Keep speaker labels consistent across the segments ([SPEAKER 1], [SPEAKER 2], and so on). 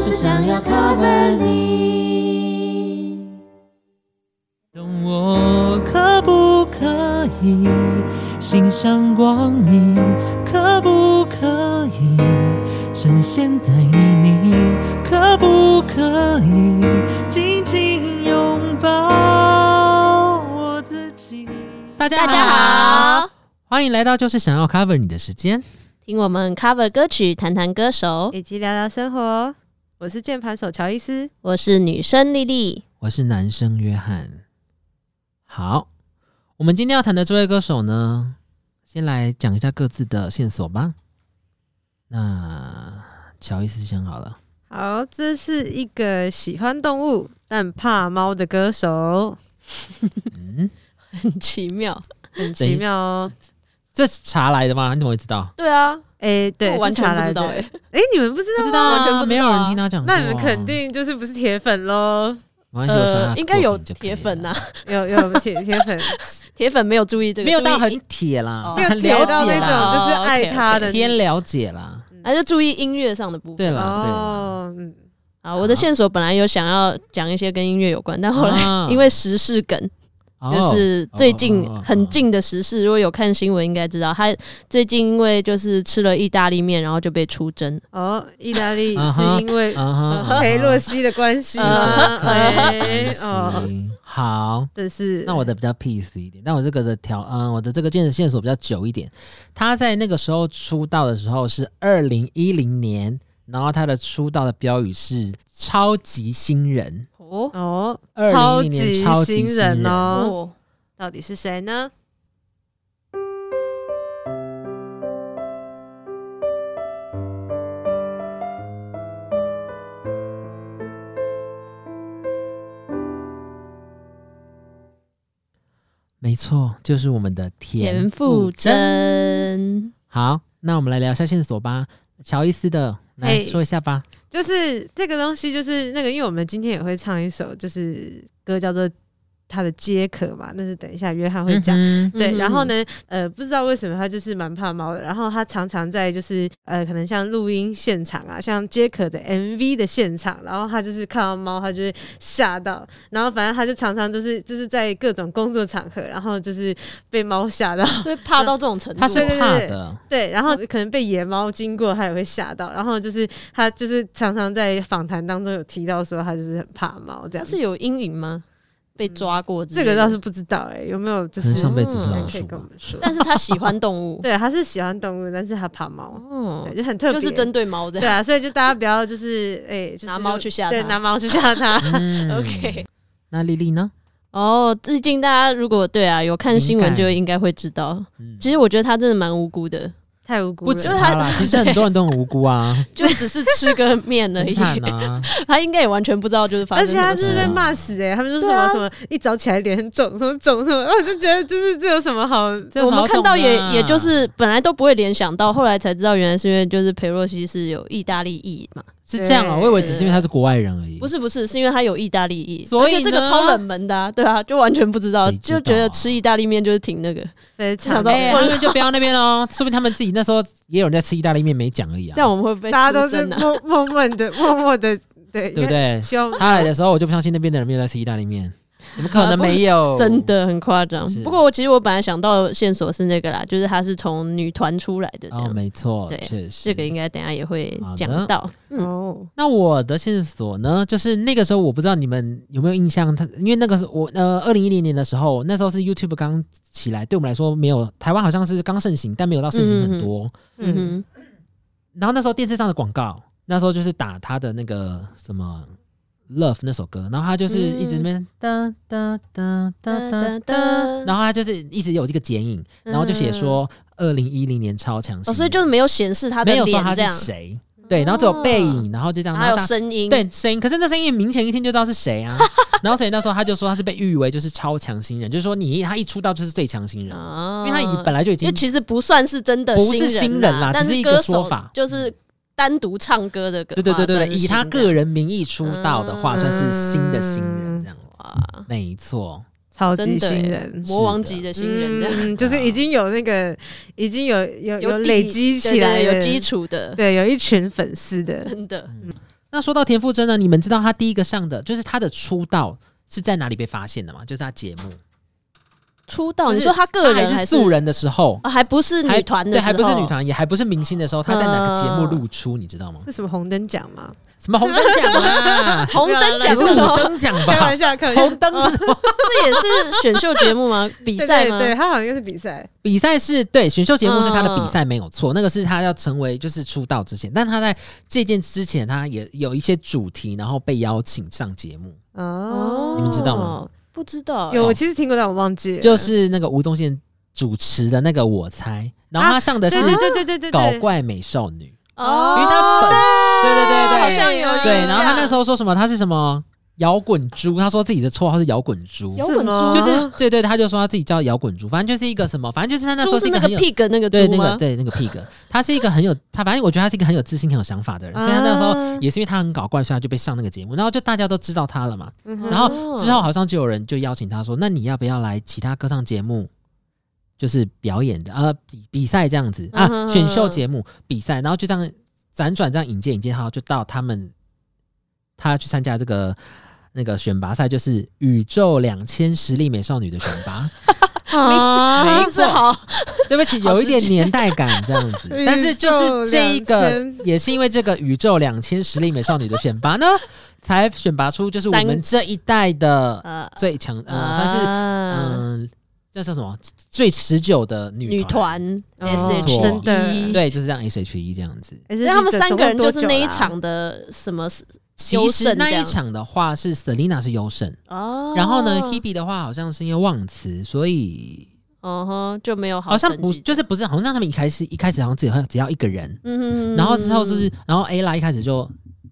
[SPEAKER 1] 只想要 cover 你。
[SPEAKER 2] 懂我可不可以心向光明？可不可以深陷在泥泞？可不可以紧紧拥抱我自己？大
[SPEAKER 1] 大
[SPEAKER 2] 家
[SPEAKER 1] 家好，
[SPEAKER 2] 欢迎来到就是想要 cover 你的时间。
[SPEAKER 1] 听我们 cover 歌曲，谈谈歌手。
[SPEAKER 3] 以及聊聊生活。哦我是键盘手乔伊斯，
[SPEAKER 1] 我是女生丽丽，
[SPEAKER 2] 我是男生约翰。好，我们今天要谈的这位歌手呢，先来讲一下各自的线索吧。那乔伊斯先好了，
[SPEAKER 3] 好，这是一个喜欢动物但怕猫的歌手，
[SPEAKER 2] 嗯，
[SPEAKER 1] 很奇妙。
[SPEAKER 3] 很
[SPEAKER 2] 等一
[SPEAKER 3] 奇妙哦。
[SPEAKER 2] 这是查来的吗？你怎么会知道？
[SPEAKER 1] 对啊，
[SPEAKER 3] 哎、对，
[SPEAKER 1] 我完
[SPEAKER 3] 是
[SPEAKER 1] 全
[SPEAKER 3] 查
[SPEAKER 1] 不
[SPEAKER 3] 来
[SPEAKER 1] 知
[SPEAKER 3] 的
[SPEAKER 1] 道哎、
[SPEAKER 3] 哎、你们不知道吗？
[SPEAKER 2] 啊
[SPEAKER 1] 完全不知道啊
[SPEAKER 2] 没有人听他讲过啊。
[SPEAKER 3] 那你们肯定就是不是铁粉喽？
[SPEAKER 2] 没关系，我查他
[SPEAKER 1] 呃，
[SPEAKER 2] 的
[SPEAKER 1] 应该有
[SPEAKER 2] 作品就可以
[SPEAKER 1] 铁粉啊呐、
[SPEAKER 2] 了
[SPEAKER 3] 有有铁铁 粉，
[SPEAKER 1] 铁粉没有注意这个，
[SPEAKER 2] 没有到
[SPEAKER 1] 注意
[SPEAKER 2] 很
[SPEAKER 1] 音，
[SPEAKER 2] 铁啦，
[SPEAKER 1] 哦没
[SPEAKER 2] 很
[SPEAKER 3] 铁
[SPEAKER 2] 了
[SPEAKER 3] 到
[SPEAKER 2] 解
[SPEAKER 3] 那
[SPEAKER 2] 啦，
[SPEAKER 3] 种就是爱他
[SPEAKER 1] 哦
[SPEAKER 3] 的
[SPEAKER 2] 偏了解啦。
[SPEAKER 1] 还是注意音乐上的部分。
[SPEAKER 2] 对啦，对啦，
[SPEAKER 3] 哦，嗯，
[SPEAKER 1] 啊，我的线索本来有想要讲一些跟音乐有关，但 后来
[SPEAKER 2] 啊
[SPEAKER 1] 因为时事梗，
[SPEAKER 2] 哦
[SPEAKER 1] 就是最近
[SPEAKER 2] 哦哦哦
[SPEAKER 1] 很近的时事，如果有看新闻应该知道，他最近因为就是吃了意大利面，然后就被出征。
[SPEAKER 3] 哦，意大利
[SPEAKER 2] 啊
[SPEAKER 3] 是
[SPEAKER 2] 哈
[SPEAKER 3] 因为
[SPEAKER 2] 啊哈啊哈
[SPEAKER 3] 裴洛西的关系
[SPEAKER 2] 是的
[SPEAKER 3] 吗？
[SPEAKER 2] 可以
[SPEAKER 3] 哎
[SPEAKER 2] 可，
[SPEAKER 3] 哦，
[SPEAKER 2] 以，好。
[SPEAKER 3] 但是
[SPEAKER 2] 那我的比较 peace 一点，但我这个的条，嗯，我的这个线线索比较久一点。他在那个时候出道的时候是二零一零年，然后他的出道的标语是“超级新人
[SPEAKER 1] 哦
[SPEAKER 3] 哦，超
[SPEAKER 2] 2010年
[SPEAKER 3] 级
[SPEAKER 2] 超级新人”，
[SPEAKER 3] 人哦，
[SPEAKER 1] 哦，
[SPEAKER 3] 到底是谁呢？
[SPEAKER 2] 没错，就是我们的
[SPEAKER 1] 田
[SPEAKER 2] 田
[SPEAKER 1] 馥
[SPEAKER 2] 馥甄。
[SPEAKER 1] 甄。
[SPEAKER 2] 好，那我们来聊一下线索吧。乔伊斯的，来
[SPEAKER 3] 嘿
[SPEAKER 2] 说一下吧。
[SPEAKER 3] 就是这个东西，就是那个，因为我们今天也会唱一首，就是歌叫做他的《皆可》嘛，那是等一下约翰会讲。
[SPEAKER 2] 嗯哼
[SPEAKER 3] 对，
[SPEAKER 1] 嗯
[SPEAKER 3] 然 后呢，呃，不知道为什么他就是蛮怕猫的，然后他常常在就是呃，可能像录音现场啊，像杰克的 MV 的现场，然后他就是看到猫，他就会吓到，然后反正他就常常就是就是在各种工作场合，然后就是被猫吓到，
[SPEAKER 1] 所以怕到这种程度，
[SPEAKER 2] 他是
[SPEAKER 3] 对对
[SPEAKER 2] 怕
[SPEAKER 3] 对
[SPEAKER 2] 的，
[SPEAKER 3] 对，然
[SPEAKER 1] 哦
[SPEAKER 3] 后可能被野猫经过，他也会吓到。然后就是他就是常常在访谈当中有提到说，他就是很怕猫这
[SPEAKER 1] 他
[SPEAKER 3] 样
[SPEAKER 1] 是
[SPEAKER 3] 子。
[SPEAKER 1] 有阴影吗？被抓过之类
[SPEAKER 3] 这
[SPEAKER 1] 的
[SPEAKER 3] 个倒是，不知道哎、有没有就
[SPEAKER 2] 可能
[SPEAKER 3] 是
[SPEAKER 2] 上辈子是
[SPEAKER 1] 嗯
[SPEAKER 2] 老
[SPEAKER 3] 可以
[SPEAKER 2] 鼠
[SPEAKER 3] 跟
[SPEAKER 2] 吧
[SPEAKER 3] 我。们说？
[SPEAKER 1] 但是他喜欢动 物，
[SPEAKER 3] 对，他是喜欢动物，但是他怕猫，
[SPEAKER 1] 哦
[SPEAKER 3] 对，，就很特别。
[SPEAKER 1] 就是针对猫的
[SPEAKER 3] 对，啊，所以就大家不要就是哎、就是
[SPEAKER 1] 拿猫去吓
[SPEAKER 3] 对，
[SPEAKER 1] 它
[SPEAKER 3] 拿猫去吓它。
[SPEAKER 2] 嗯
[SPEAKER 1] OK。
[SPEAKER 2] 那丽丽呢？
[SPEAKER 1] 哦，最近大家如果对啊有看新
[SPEAKER 2] 敏
[SPEAKER 1] 闻，
[SPEAKER 2] 感
[SPEAKER 1] 就应该会知道。
[SPEAKER 2] 嗯
[SPEAKER 1] 其实我觉得他真的蛮无辜的，
[SPEAKER 3] 太无辜
[SPEAKER 2] 不
[SPEAKER 3] 了，
[SPEAKER 2] 止
[SPEAKER 1] 是
[SPEAKER 2] 他啦，其实很多人都很无辜啊，
[SPEAKER 1] 就只是吃个面而
[SPEAKER 2] 很
[SPEAKER 1] 已，
[SPEAKER 2] 惨啊。
[SPEAKER 1] 他应该也完全不知道就是发
[SPEAKER 3] 而
[SPEAKER 1] 生
[SPEAKER 3] 且
[SPEAKER 1] 什么
[SPEAKER 3] 他
[SPEAKER 1] 事。啊
[SPEAKER 3] 是被骂死哎、他们就说什么什么、一早起来脸很肿，什么肿什么，然后我就觉得就是这有什么好
[SPEAKER 2] 这有
[SPEAKER 1] 我
[SPEAKER 2] 什么
[SPEAKER 1] 们
[SPEAKER 2] 好
[SPEAKER 1] 看到
[SPEAKER 2] 懂的
[SPEAKER 1] 也
[SPEAKER 2] 啊
[SPEAKER 1] 也就是本来都不会联想到，后来才知道原来是因为就是裴洛西是有意大利裔嘛，
[SPEAKER 2] 是这样啊，
[SPEAKER 3] 对
[SPEAKER 2] 我以为只是因为他是国外人而已。
[SPEAKER 1] 不是不是，是因为他有意大利裔，
[SPEAKER 2] 所以呢
[SPEAKER 1] 而且这个超冷门的、啊，对啊，就完全不知道，
[SPEAKER 2] 谁知道
[SPEAKER 1] 就
[SPEAKER 2] 啊
[SPEAKER 1] 觉得吃意大利面就是挺那 个，
[SPEAKER 3] 非
[SPEAKER 1] 想
[SPEAKER 3] 常
[SPEAKER 1] 说
[SPEAKER 2] 哎，他们就不要那边哦，说不定他们自己那时候也有人在吃意大利面没讲而已啊
[SPEAKER 1] 这，样我们会被
[SPEAKER 3] 大家都
[SPEAKER 1] 出
[SPEAKER 3] 是
[SPEAKER 1] 征啊？
[SPEAKER 3] 默默默的、默默的，对，
[SPEAKER 2] 对不？对？
[SPEAKER 3] 希望
[SPEAKER 2] 他来的时候我就不相信那边的人没有在吃意大利面，怎么可
[SPEAKER 1] 啊
[SPEAKER 2] 能
[SPEAKER 1] 不是
[SPEAKER 2] 没有？
[SPEAKER 1] 真的很夸张
[SPEAKER 2] 哦是。
[SPEAKER 1] 不过我其实我本来想到的线索是那个啦，就是他是从女团出来的这
[SPEAKER 2] 哦，
[SPEAKER 1] 样，
[SPEAKER 2] 没错
[SPEAKER 1] 对，
[SPEAKER 2] 确实
[SPEAKER 1] 这个应该等一下也会
[SPEAKER 2] 好的
[SPEAKER 1] 讲到。嗯
[SPEAKER 3] 哦，
[SPEAKER 2] 那我的线索呢，就是那个时候我不知道你们有没有印象，他因为那个时候我呃二零一零年的时候，那时候是 YouTube 刚起来，对我们来说没有台湾好像是刚盛行，但没有到盛行很多。
[SPEAKER 1] 嗯
[SPEAKER 3] 嗯，
[SPEAKER 1] 哼，
[SPEAKER 2] 然后那时候电视上的广告，那时候就是打他的那个什么。Love 那首歌，然后他就是一直那
[SPEAKER 1] 嗯
[SPEAKER 2] 边哒哒哒哒哒哒，然后他就是一直有这个剪影，嗯然后就写说二零一零年超强
[SPEAKER 1] 嗯哦，
[SPEAKER 2] 新人，
[SPEAKER 1] 所以就是没有显示他的
[SPEAKER 2] 没有
[SPEAKER 1] 脸
[SPEAKER 2] 说他
[SPEAKER 1] 这
[SPEAKER 2] 是
[SPEAKER 1] 样，
[SPEAKER 2] 谁，对，然后只有背影，然后就这样，
[SPEAKER 1] 还
[SPEAKER 2] 然
[SPEAKER 1] 有
[SPEAKER 2] 后大
[SPEAKER 1] 声音，
[SPEAKER 2] 对声音，可是那声音明显一听就知道是谁啊。然后所以那时候他就说他是被誉为就是超强新人，就是说你他一出道就是最强新人，
[SPEAKER 1] 啊
[SPEAKER 2] 因为他已经本来就已
[SPEAKER 1] 因
[SPEAKER 2] 经
[SPEAKER 1] 为其实不算是真的
[SPEAKER 2] 不
[SPEAKER 1] 新
[SPEAKER 2] 是新人啦
[SPEAKER 1] 但
[SPEAKER 2] 只是一个
[SPEAKER 1] 歌手
[SPEAKER 2] 说法
[SPEAKER 1] 就是单独唱歌的歌，
[SPEAKER 2] 对对对对对，以他个
[SPEAKER 1] 人
[SPEAKER 2] 人名义出道的话，
[SPEAKER 3] 嗯
[SPEAKER 2] 算是新的新人这样。没错，
[SPEAKER 3] 超
[SPEAKER 1] 真
[SPEAKER 3] 级
[SPEAKER 1] 的
[SPEAKER 3] 新
[SPEAKER 1] 耶
[SPEAKER 3] 人，
[SPEAKER 1] 魔王级的新人这样，
[SPEAKER 3] 嗯，就是已经有那个，已经有有
[SPEAKER 1] 底
[SPEAKER 3] 累积起来
[SPEAKER 1] 对
[SPEAKER 3] 的
[SPEAKER 1] 对有基，础的，
[SPEAKER 3] 对，有一群粉丝的，
[SPEAKER 2] 嗯
[SPEAKER 1] 真的。
[SPEAKER 2] 那说到田馥甄呢，你们知道她第一个上的就是她的出道是在哪里被发现的吗？就是她节目，
[SPEAKER 1] 出道，
[SPEAKER 2] 就是
[SPEAKER 1] 你说他个
[SPEAKER 2] 她
[SPEAKER 1] 人
[SPEAKER 2] 还
[SPEAKER 1] 还
[SPEAKER 2] 是
[SPEAKER 1] 是
[SPEAKER 2] 素人的时候，
[SPEAKER 1] 啊，还不是女团的
[SPEAKER 2] 对，
[SPEAKER 1] 时
[SPEAKER 2] 还不是
[SPEAKER 1] 候啊
[SPEAKER 2] 女，团，也还不是明星的时候，她在哪个节目露出，你知道吗？
[SPEAKER 3] 是什么红灯奖 吗？
[SPEAKER 2] 什么红灯奖啊？
[SPEAKER 1] 红灯
[SPEAKER 2] 你
[SPEAKER 1] 奖
[SPEAKER 2] 是
[SPEAKER 1] 是什
[SPEAKER 2] 五
[SPEAKER 1] 么？
[SPEAKER 2] 灯 奖
[SPEAKER 3] 开
[SPEAKER 2] 吧
[SPEAKER 3] 玩？笑，开玩笑
[SPEAKER 2] 红。灯是什么？
[SPEAKER 1] 这也是选秀节目 吗？比
[SPEAKER 3] 对
[SPEAKER 1] 赛
[SPEAKER 3] 对
[SPEAKER 1] 吗？
[SPEAKER 3] 对，他好像是比赛，
[SPEAKER 2] 比赛是对选秀节目是他的比赛没有错，那个是他要成为就是出道之前，但他在这件之前，他也有一些主题，然后被邀请上节目，
[SPEAKER 3] 哦
[SPEAKER 1] 哦，
[SPEAKER 2] 你们知道吗？
[SPEAKER 1] 不知道，
[SPEAKER 3] 有，我其实听过，但我忘记了。
[SPEAKER 2] 就是那个吴宗宪主持的那个《我猜》，然后他上的
[SPEAKER 3] 对
[SPEAKER 2] 是
[SPEAKER 3] 啊对对对对对
[SPEAKER 2] 搞
[SPEAKER 3] 对，
[SPEAKER 2] 怪美少女，
[SPEAKER 1] 哦，
[SPEAKER 2] 因为他本对对对对
[SPEAKER 1] 好像有
[SPEAKER 2] 对，
[SPEAKER 1] 印
[SPEAKER 2] 然后他那时
[SPEAKER 1] 候
[SPEAKER 2] 候说什么他是什么摇滚猪，他说自己的绰号是摇滚猪，
[SPEAKER 1] 摇滚
[SPEAKER 3] 是吗
[SPEAKER 1] 猪
[SPEAKER 2] 就是对对，他就说他自己叫摇滚猪，反正就是一个什么，反正就是他那时候
[SPEAKER 1] 猪
[SPEAKER 2] 是
[SPEAKER 1] 是
[SPEAKER 2] 一
[SPEAKER 1] 那
[SPEAKER 2] 个
[SPEAKER 1] 个
[SPEAKER 2] 很有
[SPEAKER 1] pig 那个
[SPEAKER 2] 对
[SPEAKER 1] 猪
[SPEAKER 2] 那
[SPEAKER 1] 吗
[SPEAKER 2] 个？对那个 pig，他是一个很有他，反正我觉得他是一个很有自信、很有想法的人，所以他那时候
[SPEAKER 3] 啊
[SPEAKER 2] 也是因为他很搞怪，所以他就被上那个节目，然后就大家都知道他了嘛。
[SPEAKER 3] 嗯哼
[SPEAKER 2] 然后
[SPEAKER 1] 哦
[SPEAKER 2] 之后好像就有人就邀请他说：“那你要不要来其他歌唱节目？”就是表演的呃比比赛这样子啊
[SPEAKER 1] 嗯哼，
[SPEAKER 2] 选秀节目比赛，然后就这样辗转这样引荐引荐，他就到他们他去参加这个那个选拔赛，就是宇宙两千实力美少女的选拔。
[SPEAKER 1] 啊
[SPEAKER 2] 没
[SPEAKER 1] 名字
[SPEAKER 2] 错
[SPEAKER 1] 好，
[SPEAKER 2] 对不起，有一点年代感这样子
[SPEAKER 3] 宇宙，
[SPEAKER 2] 但是就是这一个
[SPEAKER 3] 2000，
[SPEAKER 2] 也是因为这个宇宙两千实力美少女的选拔呢，才选拔出就是我
[SPEAKER 1] 三
[SPEAKER 2] 们这一代的
[SPEAKER 1] 呃，
[SPEAKER 2] 最强，呃，算是
[SPEAKER 1] 啊
[SPEAKER 2] 嗯，这叫什么最持久的女
[SPEAKER 1] 女团
[SPEAKER 3] 哦
[SPEAKER 1] S
[SPEAKER 2] 真
[SPEAKER 1] H
[SPEAKER 3] 的
[SPEAKER 1] E，，
[SPEAKER 2] 对，就是这样 S H E 这样子。
[SPEAKER 3] 因
[SPEAKER 1] 因为他们三个人哎就是那一场的什么
[SPEAKER 2] 其
[SPEAKER 1] 优
[SPEAKER 2] 实
[SPEAKER 1] 胜
[SPEAKER 2] 那
[SPEAKER 1] 这
[SPEAKER 2] 一
[SPEAKER 1] 样
[SPEAKER 2] 场的话是 Selina 是优胜，
[SPEAKER 1] 哦，
[SPEAKER 2] 然后呢 Hebe 的话好像是因为忘词，所以
[SPEAKER 1] 嗯哼，就没有好
[SPEAKER 2] 好像
[SPEAKER 1] 成
[SPEAKER 2] 不
[SPEAKER 1] 绩
[SPEAKER 2] 就是不是，好像他们一开始一开始好像只有只要一个人，
[SPEAKER 1] 嗯哼哼，
[SPEAKER 2] 然后之后就是，然后 A 拉一开始就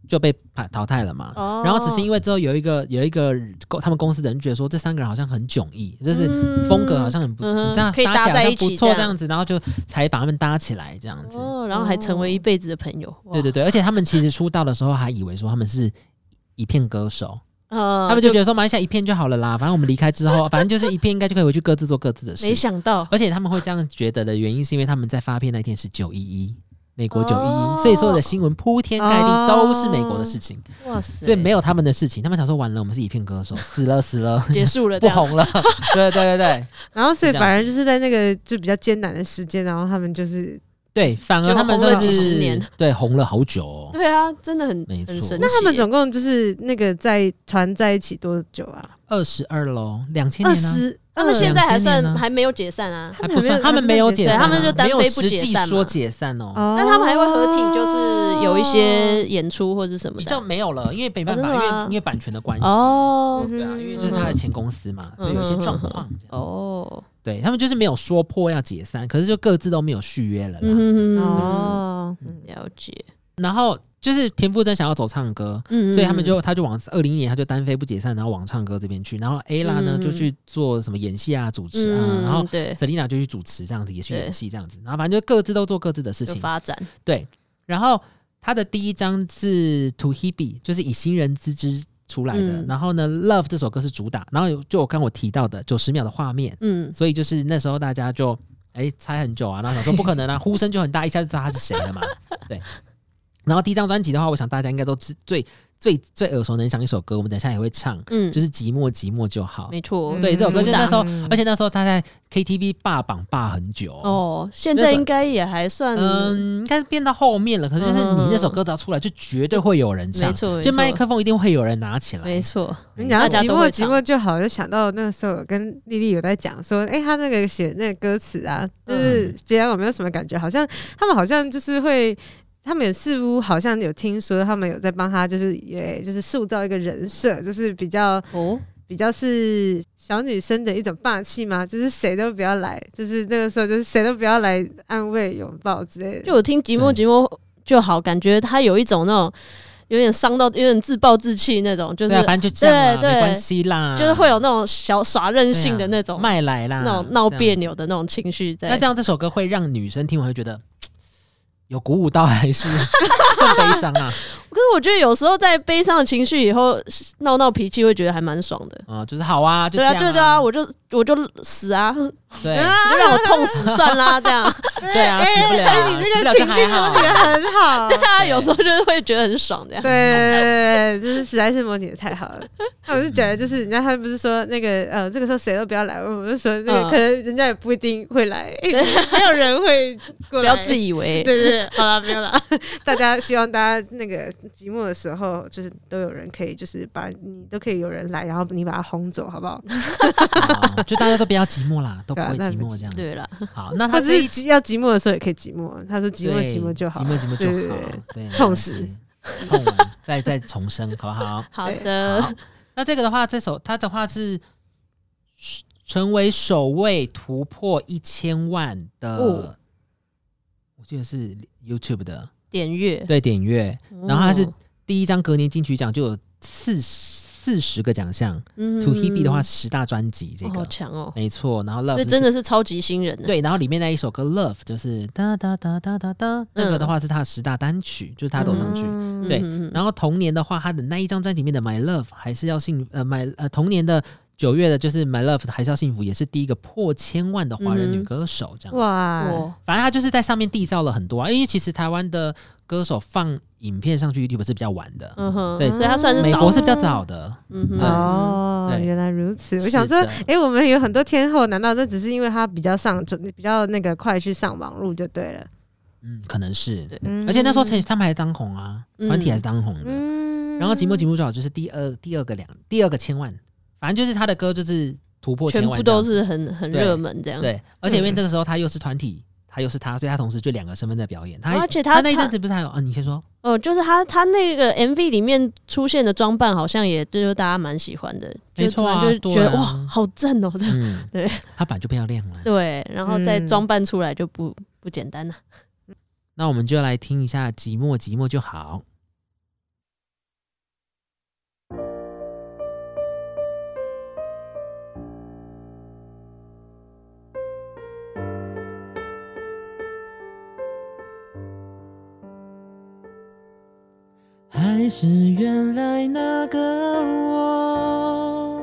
[SPEAKER 2] 就被淘淘汰了嘛。
[SPEAKER 1] 哦，
[SPEAKER 2] 然后只是因为之后有一个有一个公他们公司的人觉得说这三个人好像很迥异，就是风格好像很不、
[SPEAKER 1] 嗯哼
[SPEAKER 2] 这样
[SPEAKER 1] 可以
[SPEAKER 2] 搭起
[SPEAKER 1] 搭在
[SPEAKER 2] 来好
[SPEAKER 1] 一起
[SPEAKER 2] 像不错
[SPEAKER 1] 这
[SPEAKER 2] 这
[SPEAKER 1] 样
[SPEAKER 2] 样子，然后就才把他们搭起来这样子。
[SPEAKER 1] 哦，然后还成为一辈子的朋友，
[SPEAKER 2] 对对
[SPEAKER 1] 对，
[SPEAKER 2] 对，而且他们其实出道的时候还以为说他们是一片歌手，
[SPEAKER 1] 呃，
[SPEAKER 2] 他们就觉得说马来西亚一片就好了啦，反正我们离开 之后，反正就是一片应该就可以回去各自做各自的事
[SPEAKER 1] 没。想到
[SPEAKER 2] 而且他们会这样觉得的原因，是因为他们在发片那天是九一一，美国九一
[SPEAKER 1] 哦
[SPEAKER 2] 一，所以所有的新闻铺天盖地都是美国的事情，
[SPEAKER 1] 哇塞，
[SPEAKER 2] 所以没有他们的事情。他们想说完了，我们是一片 歌手，死了死了，
[SPEAKER 1] 结束了，
[SPEAKER 2] 不，红了。 对对对对
[SPEAKER 3] 然后所以
[SPEAKER 2] 是这样子
[SPEAKER 3] 反而就是在那个就比较艰难的时间，然后他们就是
[SPEAKER 2] 对，反而
[SPEAKER 1] 就
[SPEAKER 2] 他们
[SPEAKER 1] 红了
[SPEAKER 2] 算
[SPEAKER 1] 几十
[SPEAKER 2] 是
[SPEAKER 1] 年
[SPEAKER 2] 对红了好久、哦。
[SPEAKER 1] 对啊，真的很
[SPEAKER 2] 没
[SPEAKER 1] 很
[SPEAKER 2] 错
[SPEAKER 1] 神奇。
[SPEAKER 2] 那
[SPEAKER 3] 那他们总共就是那个在团在一起多久啊？
[SPEAKER 2] 二十二喽，两千
[SPEAKER 3] 二
[SPEAKER 2] 年啊，
[SPEAKER 3] 十，
[SPEAKER 1] 他们现在还
[SPEAKER 2] 2000年
[SPEAKER 1] 算
[SPEAKER 2] 呢
[SPEAKER 1] 还没有解散啊，
[SPEAKER 2] 还
[SPEAKER 3] 他们
[SPEAKER 2] 不算，
[SPEAKER 3] 还
[SPEAKER 2] 他
[SPEAKER 3] 没有
[SPEAKER 2] 们没有
[SPEAKER 3] 解
[SPEAKER 2] 解散
[SPEAKER 1] 散
[SPEAKER 2] 啊，
[SPEAKER 1] 对他们就单
[SPEAKER 2] 没有
[SPEAKER 1] 飞不
[SPEAKER 2] 实
[SPEAKER 1] 解
[SPEAKER 2] 际
[SPEAKER 1] 散
[SPEAKER 2] 说
[SPEAKER 1] 嘛
[SPEAKER 2] 解散哦，
[SPEAKER 3] 那
[SPEAKER 1] 但他们还会合体，就是有一些演出或者什么
[SPEAKER 2] 比
[SPEAKER 1] 的
[SPEAKER 2] 较
[SPEAKER 1] 啊。
[SPEAKER 2] 没有了，因为没办
[SPEAKER 1] 哦
[SPEAKER 2] 法，
[SPEAKER 1] 真的
[SPEAKER 2] 因为
[SPEAKER 1] 吗
[SPEAKER 2] 因为版权的关系。
[SPEAKER 1] 哦嗯
[SPEAKER 2] 对啊，因为就是
[SPEAKER 3] 嗯
[SPEAKER 2] 他的前嗯公司嘛，所以有一些状况。这样
[SPEAKER 1] 哦，
[SPEAKER 2] 对他们就是没有说破要解散，可是就各自都没有续约了啦。
[SPEAKER 1] 嗯哼哼哼，
[SPEAKER 3] 哦，嗯
[SPEAKER 1] 了解。
[SPEAKER 2] 然后就是田馥甄想要走唱歌，
[SPEAKER 1] 嗯，
[SPEAKER 2] 所以他们就他就往二零一年他就单飞不解散，然后往唱歌这边去。然后 A 拉呢、
[SPEAKER 1] 嗯
[SPEAKER 2] 就去做什么演戏啊、主持啊，
[SPEAKER 1] 嗯，
[SPEAKER 2] 然后
[SPEAKER 1] 对
[SPEAKER 2] Selina 就去主持这样子，也去
[SPEAKER 1] 对
[SPEAKER 2] 演戏这样子。然后反正就各自都做各自的事
[SPEAKER 1] 有
[SPEAKER 2] 情。
[SPEAKER 1] 发展，
[SPEAKER 2] 对，然后他的第一张是 To Hebe，就是以新人之姿出来的。
[SPEAKER 1] 嗯
[SPEAKER 2] 然后呢，Love 这首歌是主打，然后有就我刚我提到的九十秒的画面。
[SPEAKER 1] 嗯，
[SPEAKER 2] 所以就是那时候大家就哎、猜很久啊，然后想说不 可能啊，呼声就很大，一下就知道他是谁了嘛。对。然后第一张专辑的话，我想大家应该都知最最最耳熟能详一首歌，我们等一下也会唱，
[SPEAKER 1] 嗯，
[SPEAKER 2] 就是《寂寞寂寞就好》。
[SPEAKER 1] 没错，
[SPEAKER 2] 对，这首歌就是那时候
[SPEAKER 3] 嗯，
[SPEAKER 2] 而且那时候他在 KTV 霸榜霸很久。哦，
[SPEAKER 1] 哦，现在应该也还算，
[SPEAKER 2] 嗯，应该是变到后面了，可是就是你那首歌只要出来，就绝对会有人
[SPEAKER 1] 没
[SPEAKER 2] 唱，
[SPEAKER 1] 错，
[SPEAKER 2] 就麦
[SPEAKER 1] 没错
[SPEAKER 2] 克风一定会有人拿起来。
[SPEAKER 1] 没错，
[SPEAKER 3] 你讲到
[SPEAKER 1] 大
[SPEAKER 3] 寂
[SPEAKER 1] 家都会
[SPEAKER 3] 寞寂
[SPEAKER 1] 唱
[SPEAKER 3] 寞就好，就想到那个时候我跟丽丽有在讲说，哎、她那个写那个歌词啊，就是
[SPEAKER 2] 嗯
[SPEAKER 3] 觉得我没有什么感觉，好像他们好像就是会。他们也似乎好像有听说，他们有在帮他，就是也就是塑造一个人设，就是比较
[SPEAKER 1] 哦，
[SPEAKER 3] 比较是小女生的一种霸气吗？就是谁都不要来，就是那个时候就是谁都不要来安慰、拥抱之类的。
[SPEAKER 1] 就我听寂寞
[SPEAKER 2] 对
[SPEAKER 1] 寂寞就好，感觉他有一种那种有点伤到，有点自暴自弃那种，就是、
[SPEAKER 2] 对啊，反正就这样啦，
[SPEAKER 1] 对
[SPEAKER 2] 没
[SPEAKER 1] 对
[SPEAKER 2] 关系啦，
[SPEAKER 1] 就是会有那种小耍任性的那种、
[SPEAKER 2] 啊麦来啦，
[SPEAKER 1] 那种闹
[SPEAKER 2] 这样
[SPEAKER 1] 别
[SPEAKER 2] 子
[SPEAKER 1] 扭的那种情绪在。
[SPEAKER 2] 那这样这首歌 会让女生听完会觉得有鼓舞到，还是更悲伤啊？
[SPEAKER 1] 可是我觉得有时候在悲伤的情绪以后闹闹脾气，会觉得还蛮爽的。
[SPEAKER 4] 啊，就是好啊，就
[SPEAKER 1] 对
[SPEAKER 4] 这
[SPEAKER 1] 啊，
[SPEAKER 4] 样
[SPEAKER 1] 对啊对啊，我就我就死啊， 就
[SPEAKER 4] 对
[SPEAKER 1] 让我痛死算啦，这样。
[SPEAKER 4] 对啊，死不了啊，
[SPEAKER 3] 哎你
[SPEAKER 4] 死
[SPEAKER 3] 这
[SPEAKER 4] 不
[SPEAKER 3] 个
[SPEAKER 4] 了就
[SPEAKER 3] 情
[SPEAKER 4] 还
[SPEAKER 3] 境
[SPEAKER 4] 好啊
[SPEAKER 3] 模拟的很好，
[SPEAKER 1] 对啊，
[SPEAKER 4] 对
[SPEAKER 1] 有时候就是会觉得很爽这样。
[SPEAKER 3] 对，就是实在是模拟的太好了。那我就觉得，就是人家他不是说那个呃，这个时候谁都不要来，我就说那
[SPEAKER 1] 嗯
[SPEAKER 3] 个可能人家也不一定会来，没有人会
[SPEAKER 1] 不
[SPEAKER 3] 过来。
[SPEAKER 1] 要自以为，
[SPEAKER 3] 对对对，好了，没有了。大家希望大家那个寂寞的时候，就是都有人可以，就是把你都可以有人来，然后你把他轰走，好不好？
[SPEAKER 4] 啊就大家都不要寂寞啦，都不
[SPEAKER 3] 对啊
[SPEAKER 4] 会
[SPEAKER 3] 那
[SPEAKER 4] 寂
[SPEAKER 3] 不
[SPEAKER 4] 寞这样子。
[SPEAKER 1] 对了，
[SPEAKER 4] 好，那
[SPEAKER 3] 他
[SPEAKER 4] 他
[SPEAKER 3] 自
[SPEAKER 4] 这一
[SPEAKER 3] 己要寂寞的时候也可以寂寞，他说寂寞
[SPEAKER 4] 对
[SPEAKER 3] 寂寞就好
[SPEAKER 4] 寂。寞寂寞
[SPEAKER 3] 对对
[SPEAKER 4] 就好
[SPEAKER 3] 对，
[SPEAKER 4] 对，
[SPEAKER 3] 痛死，
[SPEAKER 4] 痛，再再重生，好不好？
[SPEAKER 1] 好
[SPEAKER 3] 对
[SPEAKER 1] 的，
[SPEAKER 4] 好，那这个的话，这首它的话是成为首位突破一千万的，
[SPEAKER 1] 哦
[SPEAKER 4] 我记得是 YouTube 的
[SPEAKER 1] 点阅，
[SPEAKER 4] 对点阅，然后它是
[SPEAKER 1] 哦
[SPEAKER 4] 第一张隔年金曲奖就有四四十个奖项
[SPEAKER 1] 嗯
[SPEAKER 4] ，To Hebe 的话十大专辑这
[SPEAKER 1] 哦
[SPEAKER 4] 个
[SPEAKER 1] 好强哦，
[SPEAKER 4] 没错，然后 Love
[SPEAKER 1] 这
[SPEAKER 4] 是
[SPEAKER 1] 真的是超级新人呢。
[SPEAKER 4] 对，然后里面那一首歌 Love 就是哒哒哒哒哒哒，那个的话是他的十大单曲，就是他走上去。
[SPEAKER 3] 嗯
[SPEAKER 4] 对
[SPEAKER 1] 嗯，
[SPEAKER 4] 然后同年的话，他的那一张专辑里面的 My Love 还是要幸呃 My 呃同年的九月的就是 My Love 还是要幸福，也是第一个破千万的华人
[SPEAKER 1] 嗯哼
[SPEAKER 4] 女歌手这样。
[SPEAKER 3] 哇，
[SPEAKER 1] 哇，
[SPEAKER 4] 反正他就是在上面缔造了很多啊，因为其实台湾的歌手放影片上去 YouTube 是比较晚的，
[SPEAKER 1] 嗯哼，
[SPEAKER 4] 对
[SPEAKER 1] 所以他算是
[SPEAKER 4] 美
[SPEAKER 1] 早
[SPEAKER 4] 国是比较早的。
[SPEAKER 1] 嗯哼，
[SPEAKER 3] 哦，
[SPEAKER 4] 嗯对
[SPEAKER 3] 原来如此。我
[SPEAKER 4] 是
[SPEAKER 3] 想说，
[SPEAKER 4] 的
[SPEAKER 3] 诶，我们有很多天后，难道那只是因为他比较上准、比较那个快去上网路就对了？
[SPEAKER 4] 嗯，可能是。
[SPEAKER 1] 对
[SPEAKER 3] 嗯
[SPEAKER 4] 而且那时候才他们还当红啊，团体还是当红的。
[SPEAKER 3] 嗯
[SPEAKER 4] 然后《寂寞寂寞就好》就是第二第二个两第二个千万，反正就是他的歌就是突破
[SPEAKER 1] 全
[SPEAKER 4] 千万
[SPEAKER 1] 部
[SPEAKER 4] 这样
[SPEAKER 1] 都
[SPEAKER 4] 子，
[SPEAKER 1] 是很很热门这
[SPEAKER 3] 嗯
[SPEAKER 1] 样。
[SPEAKER 4] 对。而且因为这个时候他又是团体，他又是他，所以他同时就两个身份在表演。他
[SPEAKER 1] 而且
[SPEAKER 4] 他
[SPEAKER 1] 他
[SPEAKER 4] 那一阵子不是还有啊？你先说，
[SPEAKER 1] 哦，就是他他那个 MV 里面出现的装扮，好像也就是大家蛮喜欢的，
[SPEAKER 4] 没错啊
[SPEAKER 1] 就是突然就觉得
[SPEAKER 4] 对啊
[SPEAKER 1] 哇，好正哦，这样
[SPEAKER 4] 嗯，
[SPEAKER 1] 对，
[SPEAKER 4] 他本来就漂亮了。
[SPEAKER 1] 对，然后再
[SPEAKER 3] 嗯
[SPEAKER 1] 装扮出来就不不简单了。
[SPEAKER 4] 那我们就来听一下《寂寞寂寞就好》。还是原来那个我，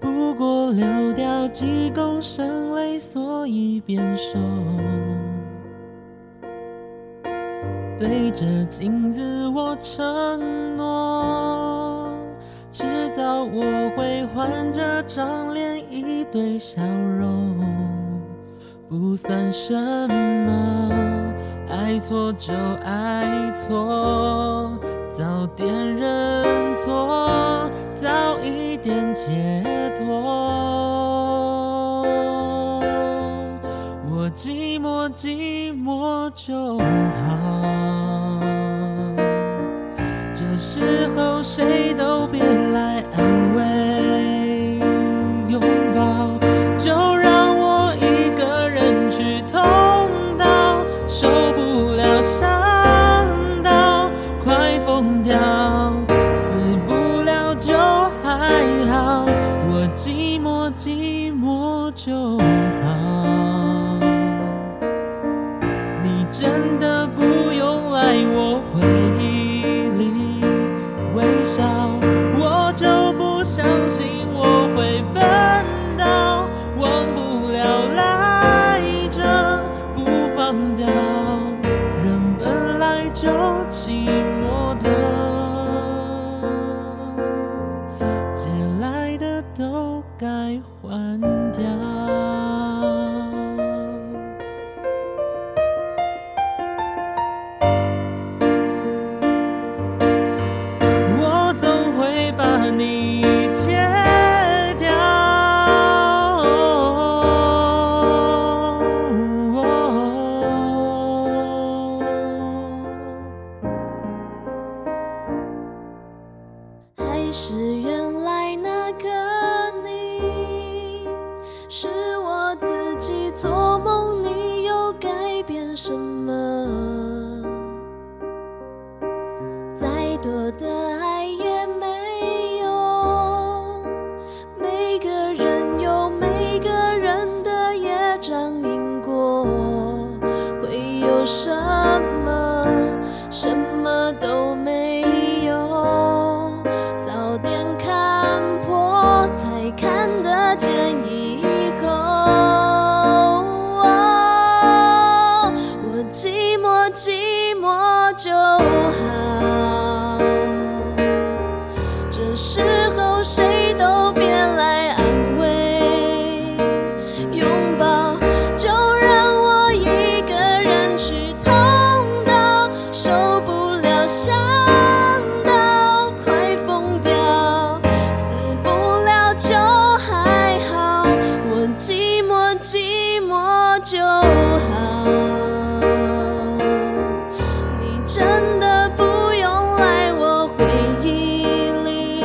[SPEAKER 4] 不过流掉几公升泪，所以变瘦。对着镜子，我承诺，迟早我会换这张脸一堆笑容，不算什么，爱错就爱错，早点认错，早一点解脱。我寂寞寂寞就好，这时候谁都别来安慰，拥抱就让我一个人去痛到受不了伤到快疯掉，死不了就还好，我寂寞寂寞就好。你真的不用来我回忆里微笑，我就不相信我会笨到忘不了来着不放掉，人本来就寂寞的。借来的都该还掉。我总会把你戒掉。
[SPEAKER 5] 还是原来那个你，是我自己做梦，你又改变什么？再多的爱也没用，每个人有每个人的业障因果，会有什么？什么都没寂寞就好。这时候谁都别来安慰、拥抱，就让我一个人去痛到受不了，想到快疯掉，死不了就还好，我寂寞寂寞就好。你真的不用来我回忆里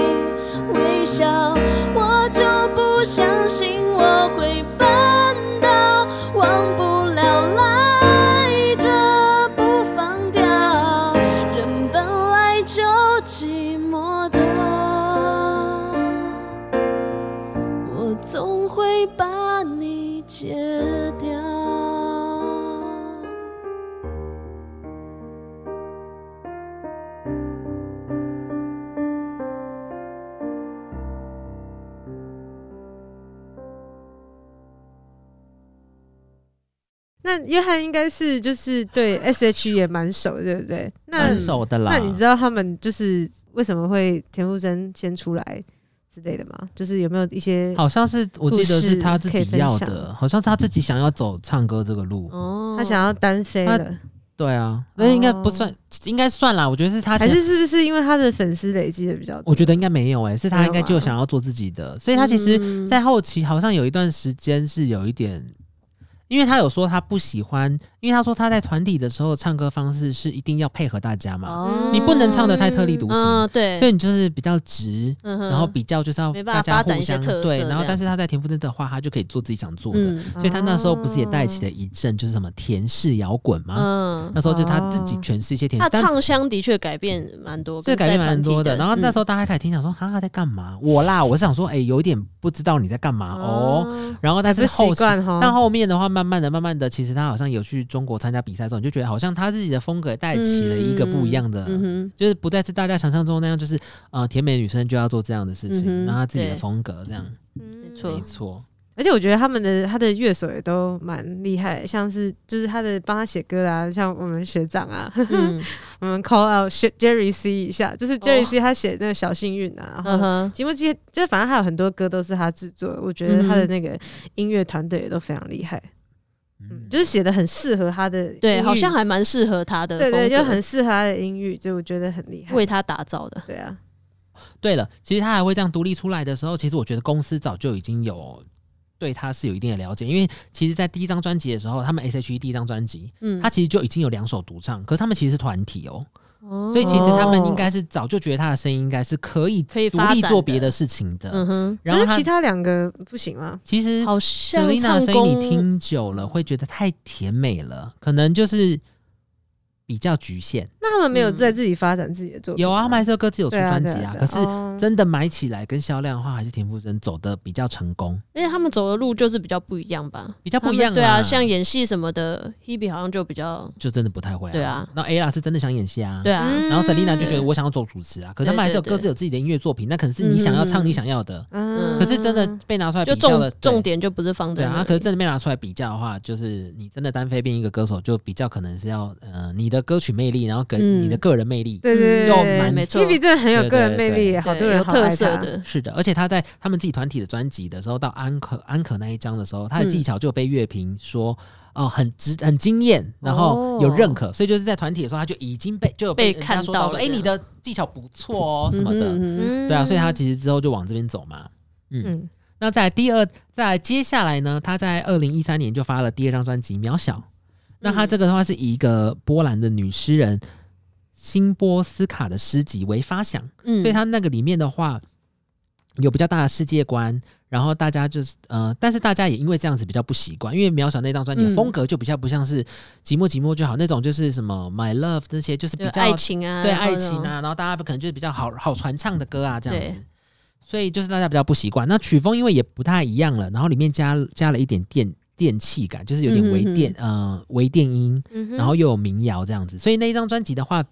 [SPEAKER 5] 微笑，我就不相信我会笨到忘不了赖着不放掉，人本来就寂寞的，我总会把你戒掉。
[SPEAKER 3] 那约翰应该是就是对 S H E 也蛮熟，对不对？那
[SPEAKER 2] 分手的啦。
[SPEAKER 3] 那你知道他们就是为什么会田馥甄先出来之类的吗？就是有没有一些
[SPEAKER 2] 好像是我记得是他自
[SPEAKER 3] 故
[SPEAKER 2] 己
[SPEAKER 3] 事可以
[SPEAKER 2] 要
[SPEAKER 3] 分
[SPEAKER 2] 的，好像是他自己想要走唱歌这个路。
[SPEAKER 1] 哦
[SPEAKER 3] 他想要单飞
[SPEAKER 2] 他
[SPEAKER 3] 了，
[SPEAKER 2] 对啊，
[SPEAKER 3] 哦
[SPEAKER 2] 那应该不算，应该算啦。我觉得是他
[SPEAKER 3] 还
[SPEAKER 2] 想，
[SPEAKER 3] 是是不是因为他的粉丝累积的比较多？
[SPEAKER 2] 我觉得应该没有诶、是他应该
[SPEAKER 3] 没有
[SPEAKER 2] 就
[SPEAKER 3] 吗
[SPEAKER 2] 想要做自己的，所以他其实
[SPEAKER 1] 嗯
[SPEAKER 2] 在后期好像有一段时间是有一点，因为他有说他不喜欢，因为他说他在团体的时候唱歌方式是一定要配合大家嘛，
[SPEAKER 1] 哦
[SPEAKER 2] 你不能唱的太特立独行，
[SPEAKER 1] 嗯，对，
[SPEAKER 2] 所以你就是比较直，
[SPEAKER 1] 嗯哼
[SPEAKER 2] 然后比较就是要
[SPEAKER 1] 没办
[SPEAKER 2] 大
[SPEAKER 1] 法
[SPEAKER 2] 家
[SPEAKER 1] 发展
[SPEAKER 2] 互
[SPEAKER 1] 一些
[SPEAKER 2] 相
[SPEAKER 1] 特色
[SPEAKER 2] 对，然后
[SPEAKER 1] 这样
[SPEAKER 2] 但是他在田馥甄的话，他就可以做自己想做的，
[SPEAKER 1] 嗯哦
[SPEAKER 2] 所以他那时候不是也带起了一阵就是什么田式摇滚吗？
[SPEAKER 1] 嗯，
[SPEAKER 2] 那时候就他自己诠释一些田，
[SPEAKER 1] 他
[SPEAKER 2] 啊哎但
[SPEAKER 1] 唱腔的确改变蛮多，
[SPEAKER 2] 这改变蛮多的。然后那时
[SPEAKER 1] 候
[SPEAKER 2] 候大家开始听，想说哈他在干嘛？我啦，我是想说，哎，有点不知道你在干嘛哦。
[SPEAKER 3] 哦，
[SPEAKER 2] 然后但是
[SPEAKER 3] 不习
[SPEAKER 2] 后期，
[SPEAKER 3] 惯哈。
[SPEAKER 2] 但后面的话，慢慢的、慢慢的，其实他好像有去中国参加比赛之后，你就觉得好像他自己的风格带起了一个不一样的。
[SPEAKER 1] 嗯
[SPEAKER 2] 就是不再是大家想象中那样，就是呃，甜美女生就要做这样的事情，
[SPEAKER 1] 嗯哼
[SPEAKER 2] 然后她自己的
[SPEAKER 1] 对
[SPEAKER 2] 风格这样，
[SPEAKER 1] 哼，没
[SPEAKER 3] 嗯
[SPEAKER 1] 错
[SPEAKER 2] 没，错。
[SPEAKER 3] 而且我觉得他们的他的乐手也都蛮厉害的，像是就是他的帮他写歌的啊，像我们学长啊，
[SPEAKER 1] 嗯
[SPEAKER 3] 我们 call out Sher- Jerry C 一下，
[SPEAKER 2] 哦
[SPEAKER 3] 就是 Jerry C 他写那个小幸运啊，然
[SPEAKER 1] 嗯
[SPEAKER 3] 后
[SPEAKER 1] 哼，
[SPEAKER 3] 节目其实就反正还有很多歌都是他制作的，我觉得他的那个音乐团队也都非常厉害，
[SPEAKER 2] 嗯，
[SPEAKER 3] 就是写的很适合他的音
[SPEAKER 1] 对，
[SPEAKER 3] 域
[SPEAKER 1] 好像还蛮适合他的
[SPEAKER 3] 对
[SPEAKER 1] 风格，
[SPEAKER 3] 对，就很适合他的音域，就我觉得很厉害。
[SPEAKER 1] 为他打造的，
[SPEAKER 3] 对啊，
[SPEAKER 2] 对了，其实他还会这样独立出来的时候，其实我觉得公司早就已经有对他是有一定的了解，因为其实，在第一张专辑的时候，他们 S.H.E 第一张专辑，
[SPEAKER 1] 嗯
[SPEAKER 2] 他，其实就已经有两首独唱，可是他们其实是团体哦，
[SPEAKER 1] 所
[SPEAKER 2] 所以其实他们应该是早就觉得他的声音应该是可以
[SPEAKER 1] 可以
[SPEAKER 2] 独
[SPEAKER 1] 发
[SPEAKER 2] 立
[SPEAKER 1] 展
[SPEAKER 2] 做
[SPEAKER 1] 的
[SPEAKER 2] 别的事情的。
[SPEAKER 1] 嗯哼，
[SPEAKER 2] 然
[SPEAKER 3] 可
[SPEAKER 2] 后
[SPEAKER 3] 是
[SPEAKER 2] 他
[SPEAKER 3] 其他两个不行吗？
[SPEAKER 2] 其实
[SPEAKER 1] 好
[SPEAKER 2] s e
[SPEAKER 1] 像
[SPEAKER 2] l i n a
[SPEAKER 1] 唱
[SPEAKER 2] 的声音
[SPEAKER 1] 功
[SPEAKER 2] 你听久了会觉得太甜美了，可能就是比较局限。
[SPEAKER 3] 那他们没有
[SPEAKER 1] 嗯
[SPEAKER 3] 在自己发展自己的作品
[SPEAKER 2] 有
[SPEAKER 3] 吗？
[SPEAKER 2] 啊，他们还是有各自有出
[SPEAKER 3] 对啊
[SPEAKER 2] 专辑
[SPEAKER 3] 对
[SPEAKER 2] 啊，
[SPEAKER 3] 啊对
[SPEAKER 2] 可
[SPEAKER 3] 啊
[SPEAKER 2] 是
[SPEAKER 3] 哦
[SPEAKER 2] 真的买起来跟销量的话，还是田馥甄走的比较成功，
[SPEAKER 1] 而且他们走的路就是比较不一样吧，
[SPEAKER 2] 比较不一
[SPEAKER 1] 他们
[SPEAKER 2] 样。
[SPEAKER 1] 对啊，像演戏什么的，Hebe 好像就比较，
[SPEAKER 2] 就真的不太会、啊。
[SPEAKER 1] 对啊，
[SPEAKER 2] 那 A 啦是真的想演戏啊。
[SPEAKER 1] 对。啊，
[SPEAKER 3] 嗯
[SPEAKER 2] 然后 Selina 就觉得我想要做主持啊，可是他们还是有
[SPEAKER 1] 对对
[SPEAKER 2] 各自有自己的音乐作品，那可能是你想要唱
[SPEAKER 1] 嗯
[SPEAKER 2] 你想要的，
[SPEAKER 1] 嗯
[SPEAKER 2] 可是真的被拿出来
[SPEAKER 1] 就
[SPEAKER 2] 比较了
[SPEAKER 1] 重，重
[SPEAKER 2] 对
[SPEAKER 1] 点就不是放
[SPEAKER 2] 对
[SPEAKER 1] 在
[SPEAKER 2] 啊，
[SPEAKER 1] 那
[SPEAKER 2] 啊可是
[SPEAKER 1] 里，
[SPEAKER 2] 真的被拿出来比较的话，就是你真的单飞变一个歌手，就比较可能是要呃你的歌曲魅力，然后跟
[SPEAKER 1] 嗯
[SPEAKER 2] 你的个人魅力。
[SPEAKER 3] 对对对
[SPEAKER 2] 嗯又
[SPEAKER 3] 对
[SPEAKER 2] 蛮
[SPEAKER 1] 没错
[SPEAKER 3] b b 真的很有个人魅力
[SPEAKER 1] 对
[SPEAKER 3] 耶，好多人
[SPEAKER 1] 有
[SPEAKER 3] 好爱
[SPEAKER 1] 特
[SPEAKER 3] 他
[SPEAKER 1] 色。的，
[SPEAKER 2] 是的，而且他在他们自己团体的专辑的时候，到安可安可那一张的时候，他的技巧就被乐评说。哦，很值，很惊艳，然后有认可，所以就是在团体的时候，他就已经被就有
[SPEAKER 1] 哦被
[SPEAKER 2] 人家
[SPEAKER 1] 看
[SPEAKER 2] 说到
[SPEAKER 1] 到
[SPEAKER 2] 说，
[SPEAKER 1] 了
[SPEAKER 2] 哎、
[SPEAKER 1] 这样
[SPEAKER 2] 你的技巧不错哦，什
[SPEAKER 1] 嗯
[SPEAKER 2] 么
[SPEAKER 1] 哼
[SPEAKER 2] 的，
[SPEAKER 1] 嗯
[SPEAKER 3] 嗯
[SPEAKER 2] 对啊，所以他其实之后就往这边走嘛。嗯，
[SPEAKER 3] 嗯，
[SPEAKER 2] 那在第二，在接下来呢，他在二零一三年就发了第二张专辑《渺小》，那
[SPEAKER 1] 嗯
[SPEAKER 2] 他这个的话是以一个波兰的女诗人辛波斯卡的诗集为发想，
[SPEAKER 1] 嗯
[SPEAKER 2] 所以它那个里面的话有比较大的世界观，然后大家就是呃，但是大家也因为这样子比较不习惯，因为渺小那张专辑的
[SPEAKER 1] 嗯
[SPEAKER 2] 风格就比较不像是寂寞寂寞就好那种，就是什么 My Love 那些，就是比
[SPEAKER 1] 对
[SPEAKER 2] 较
[SPEAKER 1] 爱情啊，
[SPEAKER 2] 对
[SPEAKER 1] 然后
[SPEAKER 2] 嗯爱
[SPEAKER 1] 那
[SPEAKER 2] 情
[SPEAKER 1] 种，
[SPEAKER 2] 啊，然后大家可能就是比较好好传唱的歌啊这样
[SPEAKER 1] 对
[SPEAKER 2] 子。所以就是大家比较不习惯，那曲风因为也不太一样了，然后里面加加了一点电电器感，就是有点微
[SPEAKER 1] 嗯哼哼
[SPEAKER 2] 电、呃微电音，
[SPEAKER 3] 嗯哼
[SPEAKER 2] 然后又有民谣这样子，所以那一张专辑的话，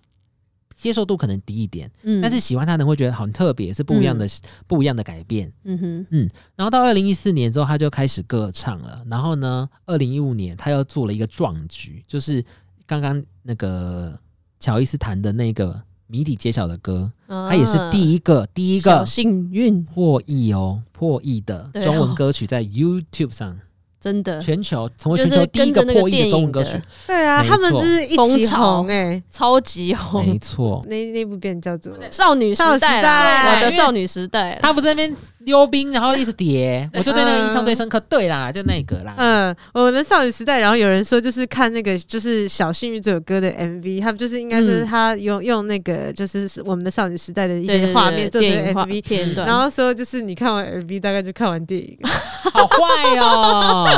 [SPEAKER 2] 接受度可能低一点，
[SPEAKER 1] 嗯
[SPEAKER 2] 但是喜欢他的人会觉得很特别，是不一样的、不一样的改变。
[SPEAKER 1] 嗯哼，
[SPEAKER 2] 然后到二零一四年之后，他就开始歌唱了。然后呢，二零一五年他又做了一个壮举，就是刚刚那个乔伊斯弹的那个谜底揭晓的歌，
[SPEAKER 1] 它
[SPEAKER 2] 它也是第一个第一个
[SPEAKER 1] 嗯幸运，
[SPEAKER 2] 破亿哦，破亿的
[SPEAKER 1] 对哦
[SPEAKER 2] 中文歌曲在 YouTube 上，
[SPEAKER 1] 真的
[SPEAKER 2] 全球成为
[SPEAKER 1] 就
[SPEAKER 2] 全
[SPEAKER 1] 是
[SPEAKER 2] 球第一个
[SPEAKER 1] 跟着那个
[SPEAKER 2] 破亿的中文歌
[SPEAKER 1] 电
[SPEAKER 2] 曲
[SPEAKER 1] 影，
[SPEAKER 3] 对啊，
[SPEAKER 2] 没
[SPEAKER 3] 他们
[SPEAKER 2] 错
[SPEAKER 3] 就是一
[SPEAKER 1] 风
[SPEAKER 3] 起
[SPEAKER 1] 潮
[SPEAKER 3] 红哎、
[SPEAKER 1] 超级
[SPEAKER 2] 没
[SPEAKER 1] 红。
[SPEAKER 2] 错。
[SPEAKER 3] 那那部片叫做
[SPEAKER 1] 少女时代啦，我的
[SPEAKER 3] 少女时代
[SPEAKER 1] 少女时代啦，
[SPEAKER 2] 他不在那边溜冰，然后一直叠，我就对那个印象最深刻。对啦，就那个啦。
[SPEAKER 3] 嗯，我们的少女时代，然后有人说就是看那个就是《小幸运》这首歌的 MV，他们就是应该说是
[SPEAKER 1] 嗯
[SPEAKER 3] 他用、用那个就是我们的少女时代的一
[SPEAKER 1] 对对
[SPEAKER 3] 些
[SPEAKER 1] 对
[SPEAKER 3] 画面做成
[SPEAKER 1] 电影画
[SPEAKER 3] MV，
[SPEAKER 1] 片段，
[SPEAKER 3] 然后说就是你看完 MV 大概就看完电影，
[SPEAKER 2] 好坏 哦！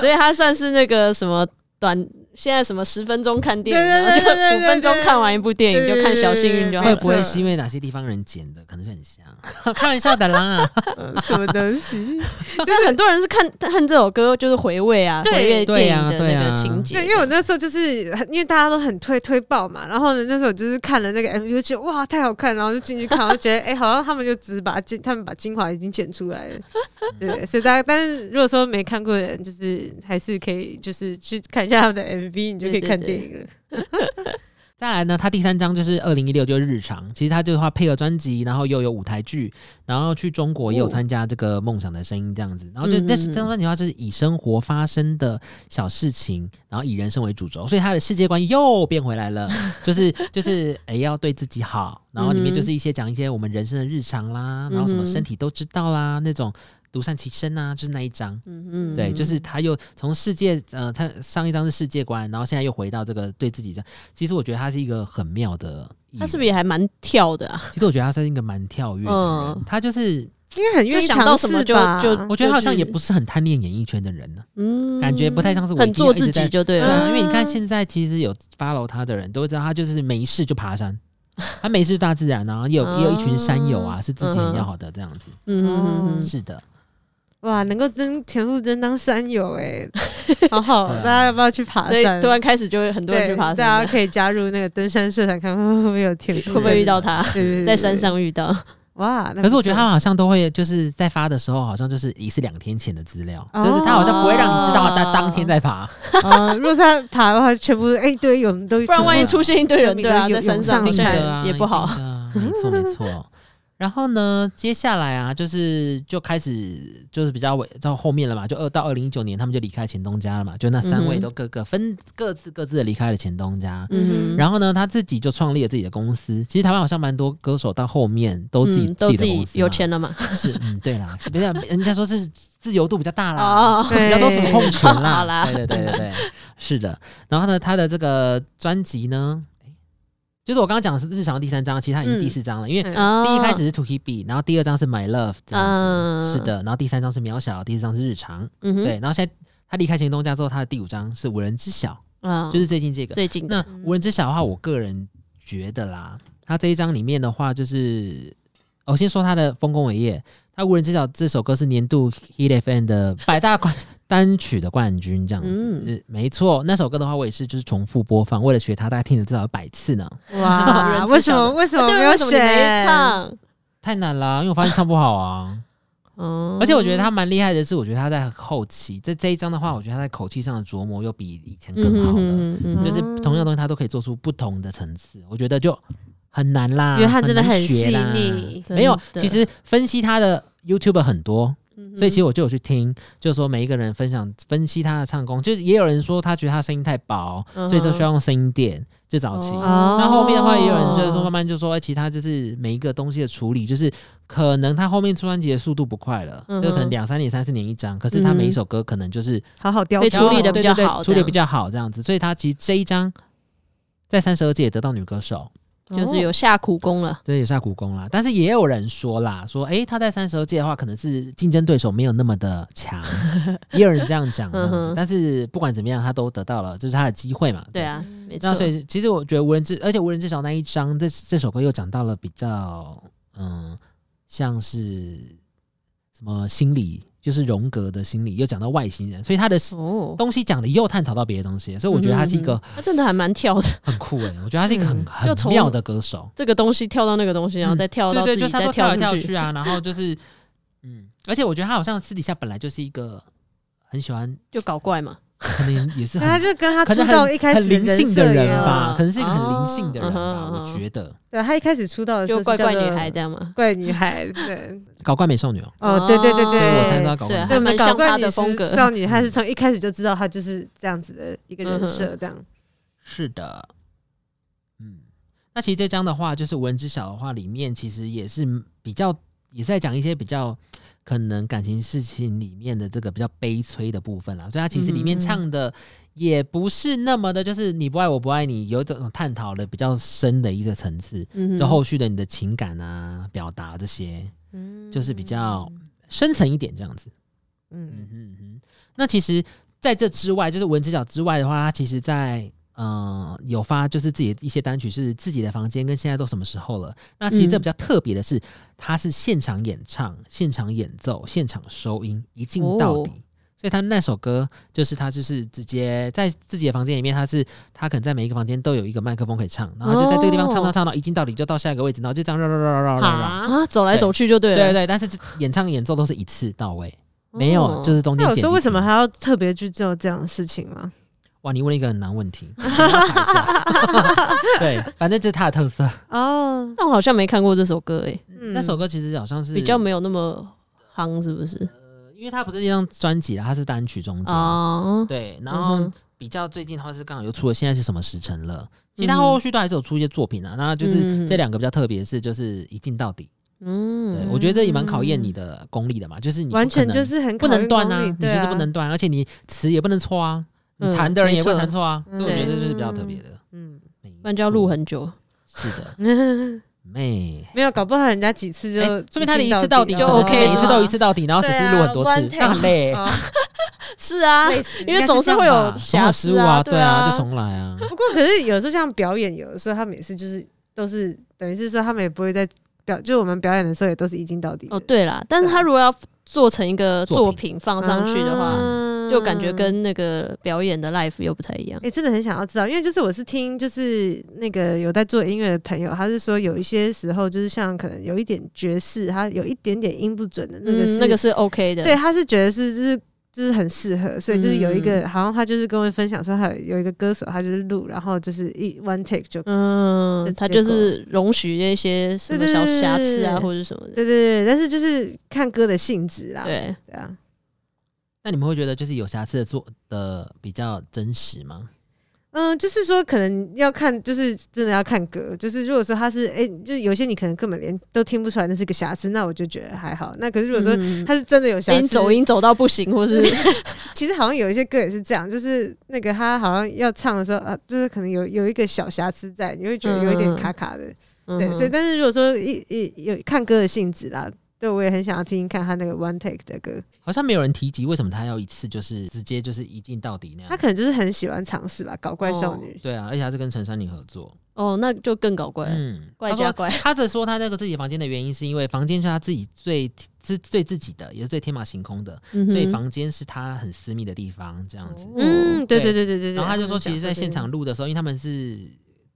[SPEAKER 1] 所以它算是那个什么短，现在什么十分钟看电影，
[SPEAKER 3] 对对
[SPEAKER 1] 然后就
[SPEAKER 3] 对对对
[SPEAKER 1] 五分钟看完一部电影，
[SPEAKER 3] 对
[SPEAKER 1] 就
[SPEAKER 3] 对
[SPEAKER 1] 看小幸运就好
[SPEAKER 2] 会
[SPEAKER 1] 了。
[SPEAKER 2] 不会是因为哪些地方人剪的？可能是很像， 开玩笑的啦。
[SPEAKER 3] 呃什么东西？
[SPEAKER 1] 但很多人是看看这首歌就是回味啊，
[SPEAKER 3] 对
[SPEAKER 1] 回味电影的
[SPEAKER 2] 对
[SPEAKER 1] 那
[SPEAKER 2] 啊对
[SPEAKER 1] 个
[SPEAKER 2] 啊
[SPEAKER 1] 情节
[SPEAKER 3] 对，。因为我那时候就是很因为大家都很推推爆嘛，然后呢那时候就是看了那个 MV 就觉得哇太好看，然后就进去看，我就觉得哎、好像他们就只把精他们把精华已经剪出 来了，对，所以大家但是如果说没看过的人，就是还是可以就是去看一下他们的 MV，你就可以看电影了。
[SPEAKER 2] 再来呢，他第三章就是二零一六，就是日常。其实他就是话配合专辑，然后又有舞台剧，然后去中国也有参加这个《梦想的声音》这样子。然后就
[SPEAKER 1] 哦嗯
[SPEAKER 2] 但是这张专辑的话，就是以生活发生的小事情，然后以人生为主轴，所以他的世界观又变回 来了，就是就是哎、要对自己好，然后里面就是一些讲一些我们人生的日常啦，然后什
[SPEAKER 1] 嗯
[SPEAKER 2] 么
[SPEAKER 1] 哼
[SPEAKER 2] 身体都知道啦那种。独善其身啊，就是那一章。
[SPEAKER 1] 嗯
[SPEAKER 2] 对，就是他又从世界，呃，他上一张是世界观，然后现在又回到这个对自己这样。其实我觉得他是一个很妙的艺人，
[SPEAKER 1] 他是不是也还蛮跳的啊？
[SPEAKER 2] 其实我觉得他是一个蛮跳跃的人，
[SPEAKER 1] 嗯
[SPEAKER 2] 他就是
[SPEAKER 3] 应该很愿意
[SPEAKER 1] 就想到
[SPEAKER 3] 尝
[SPEAKER 1] 什么
[SPEAKER 3] 试
[SPEAKER 1] 就
[SPEAKER 3] 吧，
[SPEAKER 1] 就
[SPEAKER 2] 我觉得他好像
[SPEAKER 1] 就是
[SPEAKER 2] 也不是很贪恋演艺圈的人呢、
[SPEAKER 1] 嗯
[SPEAKER 2] 感觉不太像是我一
[SPEAKER 1] 很
[SPEAKER 2] 定
[SPEAKER 1] 做
[SPEAKER 2] 要一直
[SPEAKER 1] 自己
[SPEAKER 2] 在
[SPEAKER 1] 就对
[SPEAKER 2] 对
[SPEAKER 1] 了。
[SPEAKER 2] 啊，因为你看
[SPEAKER 3] 嗯
[SPEAKER 2] 现在其实有 follow 他的人都会知道，他就是没事就爬山。他没事大自然啊，也有也有一群山友啊，是自己很要好的这样子。
[SPEAKER 1] 嗯嗯嗯嗯
[SPEAKER 2] 是的，
[SPEAKER 3] 哇，能够真田馥甄当山友 哎、好好，
[SPEAKER 2] 对啊
[SPEAKER 3] 大家要不要去
[SPEAKER 1] 嗯，
[SPEAKER 3] 爬
[SPEAKER 1] 所以
[SPEAKER 3] 山？
[SPEAKER 1] 突然开始就会很多人去
[SPEAKER 3] 哦对
[SPEAKER 1] 爬
[SPEAKER 3] 大
[SPEAKER 1] 山
[SPEAKER 3] 家
[SPEAKER 1] 了，
[SPEAKER 3] 可以加入那个登山社团，看看会不 会有田馥甄，
[SPEAKER 1] 会不会遇到他？
[SPEAKER 3] 对？对对
[SPEAKER 1] 在山上遇到，
[SPEAKER 3] 哇！那
[SPEAKER 2] 可是我觉得
[SPEAKER 3] 不错
[SPEAKER 2] 他好像都会就是在发的时候，好像就是一是两天前的资料，
[SPEAKER 3] 哦
[SPEAKER 2] 就是他好像不会让你知道他当天 在爬，
[SPEAKER 3] 啊， 如果他爬的话，全部哎、对，有人都
[SPEAKER 1] 不然万一
[SPEAKER 2] 对啊
[SPEAKER 1] 出现一堆人，
[SPEAKER 3] 有
[SPEAKER 1] 对啊，
[SPEAKER 3] 有
[SPEAKER 1] 在山上
[SPEAKER 3] 有
[SPEAKER 2] 一定
[SPEAKER 1] 晒
[SPEAKER 2] 的啊，
[SPEAKER 1] 也不好
[SPEAKER 2] 一。定的啊，没 错没错。然后呢，接下来啊，就是就开始就是比较尾到后面了嘛，就二到二零一九年，他们就离开前东家了嘛，就那三位
[SPEAKER 1] 嗯哼
[SPEAKER 2] 都各个分各自各自的离开了前东家。
[SPEAKER 1] 嗯哼，
[SPEAKER 2] 然后呢，他自己就创立了自己的公司。其实台湾好像蛮多歌手到后面都自己、
[SPEAKER 1] 嗯都
[SPEAKER 2] 自
[SPEAKER 1] 自
[SPEAKER 2] 己
[SPEAKER 1] 己
[SPEAKER 2] 的公司嘛啊
[SPEAKER 1] 有钱了嘛？
[SPEAKER 2] 是，嗯，对啦，是比较人家说是自由度比较大啦，
[SPEAKER 1] 哦，
[SPEAKER 2] 比较多主控权啦，
[SPEAKER 1] 好啦
[SPEAKER 2] 对对对对对，是的。然后呢，他的这个专辑呢，诶就是我刚刚讲的是日常第三章，其实他已经第四章了，因为
[SPEAKER 3] 嗯
[SPEAKER 2] 第
[SPEAKER 1] 第
[SPEAKER 2] 一开始是 To He Be，然后第二章是 My Love 这样子，
[SPEAKER 1] 嗯
[SPEAKER 2] 是的，然后第三章是渺小，第四章是日常，
[SPEAKER 1] 嗯哼
[SPEAKER 2] 对，，然后现在他离开行动家之后，他的第五章是无人知晓，
[SPEAKER 1] 啊
[SPEAKER 2] 就是最近这个。
[SPEAKER 1] 最近的
[SPEAKER 2] 那无人知晓的话，我个人觉得啦，他这一张里面的话，就是哦我先说他的《丰功伟业》，他无人知晓这首歌是年度 Hit FM 的百大冠单曲的冠军，这样子，
[SPEAKER 1] 嗯
[SPEAKER 2] 呃没错。那首歌的话，我也是就是重复播放，为了学他，大概听了至少有百次呢，
[SPEAKER 1] 无 人
[SPEAKER 3] 哇，
[SPEAKER 1] 知
[SPEAKER 3] 为什
[SPEAKER 1] 晓的
[SPEAKER 3] 么为什
[SPEAKER 1] 啊
[SPEAKER 3] 么
[SPEAKER 1] 对，
[SPEAKER 3] 没有
[SPEAKER 1] 为什么你没
[SPEAKER 3] 选？
[SPEAKER 1] 唱？
[SPEAKER 2] 太难啦，因为我发现唱不好 啊。
[SPEAKER 1] 嗯
[SPEAKER 2] 而且我觉得他蛮厉害的是，我觉得他在后期这这一张的话，我觉得他在口气上的琢磨又比以前更好了。
[SPEAKER 1] 嗯哼哼哼
[SPEAKER 2] 就是
[SPEAKER 3] 嗯
[SPEAKER 2] 同样的东西，他都可以做出不同的层次。我觉得就很难啦，
[SPEAKER 3] 约翰真的
[SPEAKER 2] 很难
[SPEAKER 3] 很
[SPEAKER 2] 学
[SPEAKER 3] 细
[SPEAKER 2] 啦
[SPEAKER 3] 腻
[SPEAKER 1] 真
[SPEAKER 2] 没有，
[SPEAKER 1] 的
[SPEAKER 2] 其实分析他的 YouTube 很多，
[SPEAKER 1] 嗯哼
[SPEAKER 2] 所以其实我就有去听，就是说每一个人分享分析他的唱功，就是也有人说他觉得他声音太薄，
[SPEAKER 1] 嗯哼
[SPEAKER 2] 所以都需要用声音垫，就早期。
[SPEAKER 1] 哦
[SPEAKER 2] 那后面的话，也有人就是说，
[SPEAKER 3] 哦
[SPEAKER 2] 慢慢就说，哎，其他就是每一个东西的处理，就是可能他后面出专辑的速度不快了，
[SPEAKER 1] 嗯哼嗯
[SPEAKER 2] 就可能两三年、三四年一张，可是他每一首歌可能就是
[SPEAKER 3] 好好哦雕
[SPEAKER 1] 被
[SPEAKER 3] 琢
[SPEAKER 1] 处理得比较
[SPEAKER 2] 对对
[SPEAKER 1] 好
[SPEAKER 2] 对处
[SPEAKER 1] 这
[SPEAKER 2] 理得
[SPEAKER 1] 样
[SPEAKER 2] 比较好这样子，所以他其实这一张在三十二届也得到女歌手，
[SPEAKER 1] 就是
[SPEAKER 3] 哦
[SPEAKER 1] 有下苦功了。
[SPEAKER 2] 这也下苦功啦。但是也有人说啦，说诶，他在三十二届的话，可能是竞争对手没有那么的 强，也有人这样讲这
[SPEAKER 1] 嗯
[SPEAKER 2] 样子
[SPEAKER 1] 哼。
[SPEAKER 2] 但是不管怎么样，他都得到了，这是他的机会嘛。
[SPEAKER 1] 对。啊，没错
[SPEAKER 2] 那。所以其实我觉得无人知，而且无人知晓那一张这这首歌又讲到了比较嗯，像是什么心理，就是荣格的心理，又讲到外星人，所以他的
[SPEAKER 1] 哦，
[SPEAKER 2] 东西讲的又探讨到别的东西，所以我觉得他是一个
[SPEAKER 1] 他真的还蛮跳的，
[SPEAKER 2] 很酷哎、我觉得他是一个很、
[SPEAKER 1] 嗯就
[SPEAKER 2] 很
[SPEAKER 1] 从
[SPEAKER 2] 妙的歌手，
[SPEAKER 1] 这个东西跳到那个东西，然后再跳
[SPEAKER 2] 嗯对
[SPEAKER 1] 到
[SPEAKER 2] 对，
[SPEAKER 1] 自
[SPEAKER 2] 就
[SPEAKER 1] 己，
[SPEAKER 2] 是他
[SPEAKER 1] 再
[SPEAKER 2] 都跳来
[SPEAKER 1] 出
[SPEAKER 2] 跳去啊，然后就是嗯，而且我觉得他好像私底下本来就是一个很喜欢
[SPEAKER 1] 就搞怪嘛。
[SPEAKER 2] 可能也 是
[SPEAKER 3] 那他
[SPEAKER 2] 很
[SPEAKER 3] 就跟他
[SPEAKER 2] 可
[SPEAKER 3] 出
[SPEAKER 2] 能
[SPEAKER 3] 道
[SPEAKER 2] 很
[SPEAKER 3] 一开始
[SPEAKER 2] 很灵性的
[SPEAKER 3] 设
[SPEAKER 2] 人
[SPEAKER 3] 也有
[SPEAKER 2] 吧
[SPEAKER 1] 啊，
[SPEAKER 2] 可能是一个很灵性的人吧，
[SPEAKER 1] 哦嗯哼
[SPEAKER 2] 我觉得
[SPEAKER 3] 对他一开始出道
[SPEAKER 2] 呃
[SPEAKER 3] 的时候
[SPEAKER 1] 就是怪怪
[SPEAKER 3] 叫
[SPEAKER 1] 女
[SPEAKER 2] 啊
[SPEAKER 3] 做
[SPEAKER 1] 孩这样吗？
[SPEAKER 3] 怪女孩，对，
[SPEAKER 2] 搞怪美少女哦，
[SPEAKER 3] 哦，对对对
[SPEAKER 1] 对
[SPEAKER 2] 我才知道
[SPEAKER 3] 对。
[SPEAKER 2] 搞
[SPEAKER 1] 对
[SPEAKER 2] 怪美
[SPEAKER 3] 所
[SPEAKER 2] 少
[SPEAKER 3] 以
[SPEAKER 1] 还
[SPEAKER 2] 女。
[SPEAKER 3] 我们
[SPEAKER 1] 蛮像
[SPEAKER 3] 搞怪
[SPEAKER 1] 他
[SPEAKER 3] 女
[SPEAKER 1] 的
[SPEAKER 3] 时
[SPEAKER 1] 风格
[SPEAKER 3] 少女，她是从一开始就知道她就是这样子的一个人设，这样。
[SPEAKER 2] 是的，嗯，那其实这章的话，就是无人知晓的话，里面其实也是比较也是在讲一些比较可能感情事情里面的这个比较悲催的部分啦，所以它其实里面
[SPEAKER 1] 嗯
[SPEAKER 2] 唱的。也不是那么的，就是你不爱我不爱你，有一种探讨了比较深的一个层次，
[SPEAKER 1] 嗯
[SPEAKER 2] 就后续的你的情感啊、表达这些，
[SPEAKER 3] 嗯
[SPEAKER 2] 就是比较深层一点这样子。嗯
[SPEAKER 3] 嗯，
[SPEAKER 2] 哼嗯哼，那其实在这之外，就是文之角之外的话，他其实在。嗯，有发就是自己的一些单曲是自己的房间，跟现在都什么时候了？那其实这
[SPEAKER 1] 嗯
[SPEAKER 2] 比较特别的是，他是现场演唱、现场演奏、现场收音，一镜到底。
[SPEAKER 1] 哦
[SPEAKER 2] 所以他那首歌就是他就是直接在自己的房间里面，他是他可能在每一个房间都有一个麦克风可以唱，然后就在这个地方唱
[SPEAKER 1] 哦
[SPEAKER 2] 唱唱到一镜到底，就到下一个位置，然后就这样绕绕绕绕绕绕绕。
[SPEAKER 3] 啊，
[SPEAKER 1] 啊，走来
[SPEAKER 2] 对
[SPEAKER 1] 走去就对
[SPEAKER 2] 对
[SPEAKER 1] 了。
[SPEAKER 2] 对对，但是演唱演奏都是一次到位，没有
[SPEAKER 1] 哦
[SPEAKER 2] 就是中间
[SPEAKER 3] 那
[SPEAKER 2] 剪
[SPEAKER 3] 我
[SPEAKER 2] 辑。
[SPEAKER 3] 说为什么还要特别去做这样的事情吗？
[SPEAKER 2] 哇，你问了一个很难问 题，你要查一下 对，反正这是他的特色。
[SPEAKER 3] 哦，
[SPEAKER 1] 但我好像没看过这首歌诶、
[SPEAKER 3] 嗯
[SPEAKER 2] 那首歌其实好像是
[SPEAKER 1] 比较没有那么夯，是不是？
[SPEAKER 2] 呃，因为它不是一张专辑啦，它是单曲中间。
[SPEAKER 1] 哦，
[SPEAKER 2] 对，然
[SPEAKER 1] 嗯
[SPEAKER 2] 后
[SPEAKER 1] 哼
[SPEAKER 2] 比较最近的话是刚好又出了，现在是什么时辰了？其实
[SPEAKER 1] 嗯
[SPEAKER 2] 他
[SPEAKER 1] 哼
[SPEAKER 2] 后续都还是有出一些作品啊，那就
[SPEAKER 1] 嗯
[SPEAKER 2] 是
[SPEAKER 1] 嗯嗯
[SPEAKER 2] 这两个比较特别，是就是一镜到底。对
[SPEAKER 1] 嗯，
[SPEAKER 2] 我觉得这也蛮考验你的功力的嘛，就是你不
[SPEAKER 3] 完全
[SPEAKER 2] 可能
[SPEAKER 3] 就是很
[SPEAKER 2] 不能断啊，你
[SPEAKER 3] 对
[SPEAKER 2] 就是不能断，而且你词也不能错啊，你
[SPEAKER 1] 嗯
[SPEAKER 2] 弹的人也不能
[SPEAKER 1] 没错
[SPEAKER 2] 弹错啊，所以我觉得
[SPEAKER 1] 对
[SPEAKER 2] 这就是比较特别的。
[SPEAKER 3] 嗯，
[SPEAKER 1] 不然就要录
[SPEAKER 2] 没
[SPEAKER 1] 很久。
[SPEAKER 2] 错是的，妹。
[SPEAKER 3] 没有，搞不好人家几次就
[SPEAKER 2] 哎，说明他的一次到底
[SPEAKER 1] 就
[SPEAKER 2] 可能是
[SPEAKER 1] OK
[SPEAKER 2] 每一次
[SPEAKER 1] 了
[SPEAKER 2] 都一次到底，然后只是录很多
[SPEAKER 3] 对啊
[SPEAKER 2] 次
[SPEAKER 3] ，one，take
[SPEAKER 2] 那很累 欸，
[SPEAKER 3] 哦
[SPEAKER 1] 是啊，因为总是会有
[SPEAKER 2] 总有
[SPEAKER 1] 瑕
[SPEAKER 2] 失
[SPEAKER 1] 疵
[SPEAKER 2] 误啊，
[SPEAKER 1] 对
[SPEAKER 2] 对啊，就重来啊。
[SPEAKER 3] 不过，可是有时候像表演，有的时候他们也是就是都是等于是说他们也不会在表，就是我们表演的时候也都是一镜到底的
[SPEAKER 1] 哦，对啦，但是他如果要做成一个作品放上去的话，
[SPEAKER 3] 啊
[SPEAKER 1] 就感觉跟那个表演的 life 又不太一样
[SPEAKER 3] 哎、。真的很想要知道，因为就是我是听就是那个有在做音乐的朋友，他是说有一些时候就是像可能有一点爵士，他有一点点音不准的那个
[SPEAKER 1] 嗯，
[SPEAKER 3] 是、
[SPEAKER 1] 那个是 OK 的。
[SPEAKER 3] 对，他是觉得是就是就是很适合，所以就是有一个、
[SPEAKER 1] 嗯
[SPEAKER 3] 好像他就是跟我分享说，还有有一个歌手，他就是录，然后就是一 one take 就。
[SPEAKER 1] 嗯
[SPEAKER 3] 就，
[SPEAKER 1] 他
[SPEAKER 3] 结
[SPEAKER 1] 就
[SPEAKER 3] 果
[SPEAKER 1] 是容许那些什么小瑕疵啊，
[SPEAKER 3] 对对对对对
[SPEAKER 1] 或者什么的。
[SPEAKER 3] 对对对，但是就是看歌的性质啦。
[SPEAKER 1] 对，
[SPEAKER 3] 对啊，
[SPEAKER 2] 那你们会觉得就是有瑕疵的做的比较真实吗？
[SPEAKER 3] 嗯，就是说可能要看，就是真的要看歌。就是如果说他是哎、就是有些你可能根本连都听不出来那是个瑕疵，那我就觉得还好。那可是如果说
[SPEAKER 1] 嗯
[SPEAKER 3] 他是真的有瑕疵，
[SPEAKER 1] 音走音走到不行，或 是
[SPEAKER 3] 其实好像有一些歌也是这样，就是那个他好像要唱的时候啊，就是可能有有一个小瑕疵在，你会觉得有一
[SPEAKER 1] 嗯
[SPEAKER 3] 点卡卡的。
[SPEAKER 2] 嗯
[SPEAKER 3] 对，所以但是如果说一一有看歌的性质啦，对我也很想要听听看他那个 one take 的歌，
[SPEAKER 2] 好像没有人提及为什么他要一次就是直接就是一镜到底那
[SPEAKER 3] 他
[SPEAKER 2] 样。
[SPEAKER 3] 可能就是很喜欢尝试吧，搞怪少女。
[SPEAKER 2] 对啊，而且他是跟陈珊妮合作。
[SPEAKER 1] 哦，那就更搞怪了，
[SPEAKER 2] 嗯，
[SPEAKER 1] 怪
[SPEAKER 2] 他
[SPEAKER 1] 加
[SPEAKER 2] 说
[SPEAKER 1] 怪。
[SPEAKER 2] 他的说他那个自己房间的原因是因为房间是他自己最是最自己的，也是最天马行空的，
[SPEAKER 1] 嗯哼
[SPEAKER 2] 所以房间是他很私密的地方，这样子。
[SPEAKER 3] 嗯，对对对对对对。
[SPEAKER 2] 哦然后他就说，其实，
[SPEAKER 3] 这
[SPEAKER 2] 在
[SPEAKER 3] 样
[SPEAKER 2] 现
[SPEAKER 1] 哦
[SPEAKER 2] 场，录的时候，因为他们是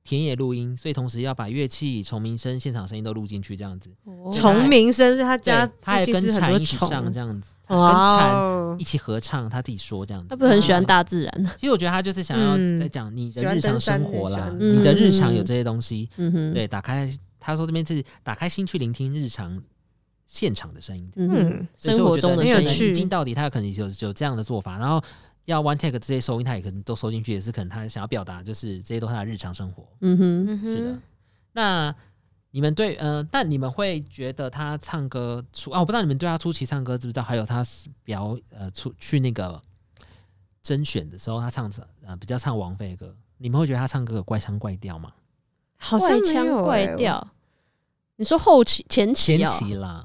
[SPEAKER 2] 田野录音，所以同时要把乐器、虫鸣声、现场声音都录进去，这样子。
[SPEAKER 1] 哦
[SPEAKER 3] 对虫鸣声是他家
[SPEAKER 2] 对，他还
[SPEAKER 3] 附近
[SPEAKER 2] 跟
[SPEAKER 3] 是很多
[SPEAKER 2] 蝉一起
[SPEAKER 3] 虫
[SPEAKER 2] 上这样子，跟
[SPEAKER 3] 哇
[SPEAKER 2] 蝉
[SPEAKER 3] 哦
[SPEAKER 2] 一起合唱，他自己说这样子。
[SPEAKER 1] 他不是很喜欢
[SPEAKER 2] 打。
[SPEAKER 1] 大自然，
[SPEAKER 2] 其实我觉得他就是想要
[SPEAKER 3] 嗯
[SPEAKER 2] 在讲你的
[SPEAKER 3] 喜欢
[SPEAKER 2] 日常
[SPEAKER 3] 登山
[SPEAKER 2] 生活啦，
[SPEAKER 3] 也喜嗯
[SPEAKER 1] 欢
[SPEAKER 2] 你的日常有这些东西，
[SPEAKER 1] 嗯哼，
[SPEAKER 2] 对，打开。他说这边是打开心去聆听日常现场的声音，
[SPEAKER 1] 嗯哼，
[SPEAKER 3] 嗯，
[SPEAKER 2] 所以
[SPEAKER 1] 生
[SPEAKER 2] 我
[SPEAKER 1] 活
[SPEAKER 2] 觉得
[SPEAKER 1] 中的
[SPEAKER 3] 很
[SPEAKER 1] 声
[SPEAKER 3] 有
[SPEAKER 1] 音，
[SPEAKER 3] 趣
[SPEAKER 2] 一镜到底，他可能有有这样的做法，然后要 one take 这些收音，他也可能都收进去，也是可能他想要表达，就是这些都是他的日常生活。
[SPEAKER 1] 嗯哼，
[SPEAKER 3] 嗯哼
[SPEAKER 2] 是的，，那你们对，嗯、但你们会觉得他唱歌出啊，我不知道你们对他初期唱歌知不知道，还有他是表呃出去那个甄选的时候，他唱呃比较唱王菲的歌，你们会觉得他唱歌有怪腔怪调吗？
[SPEAKER 3] 好像
[SPEAKER 1] 怪
[SPEAKER 3] 没有
[SPEAKER 1] 腔怪
[SPEAKER 3] 欸。
[SPEAKER 1] 调。你说后期前期
[SPEAKER 2] 前
[SPEAKER 1] 啊，
[SPEAKER 2] 期啦，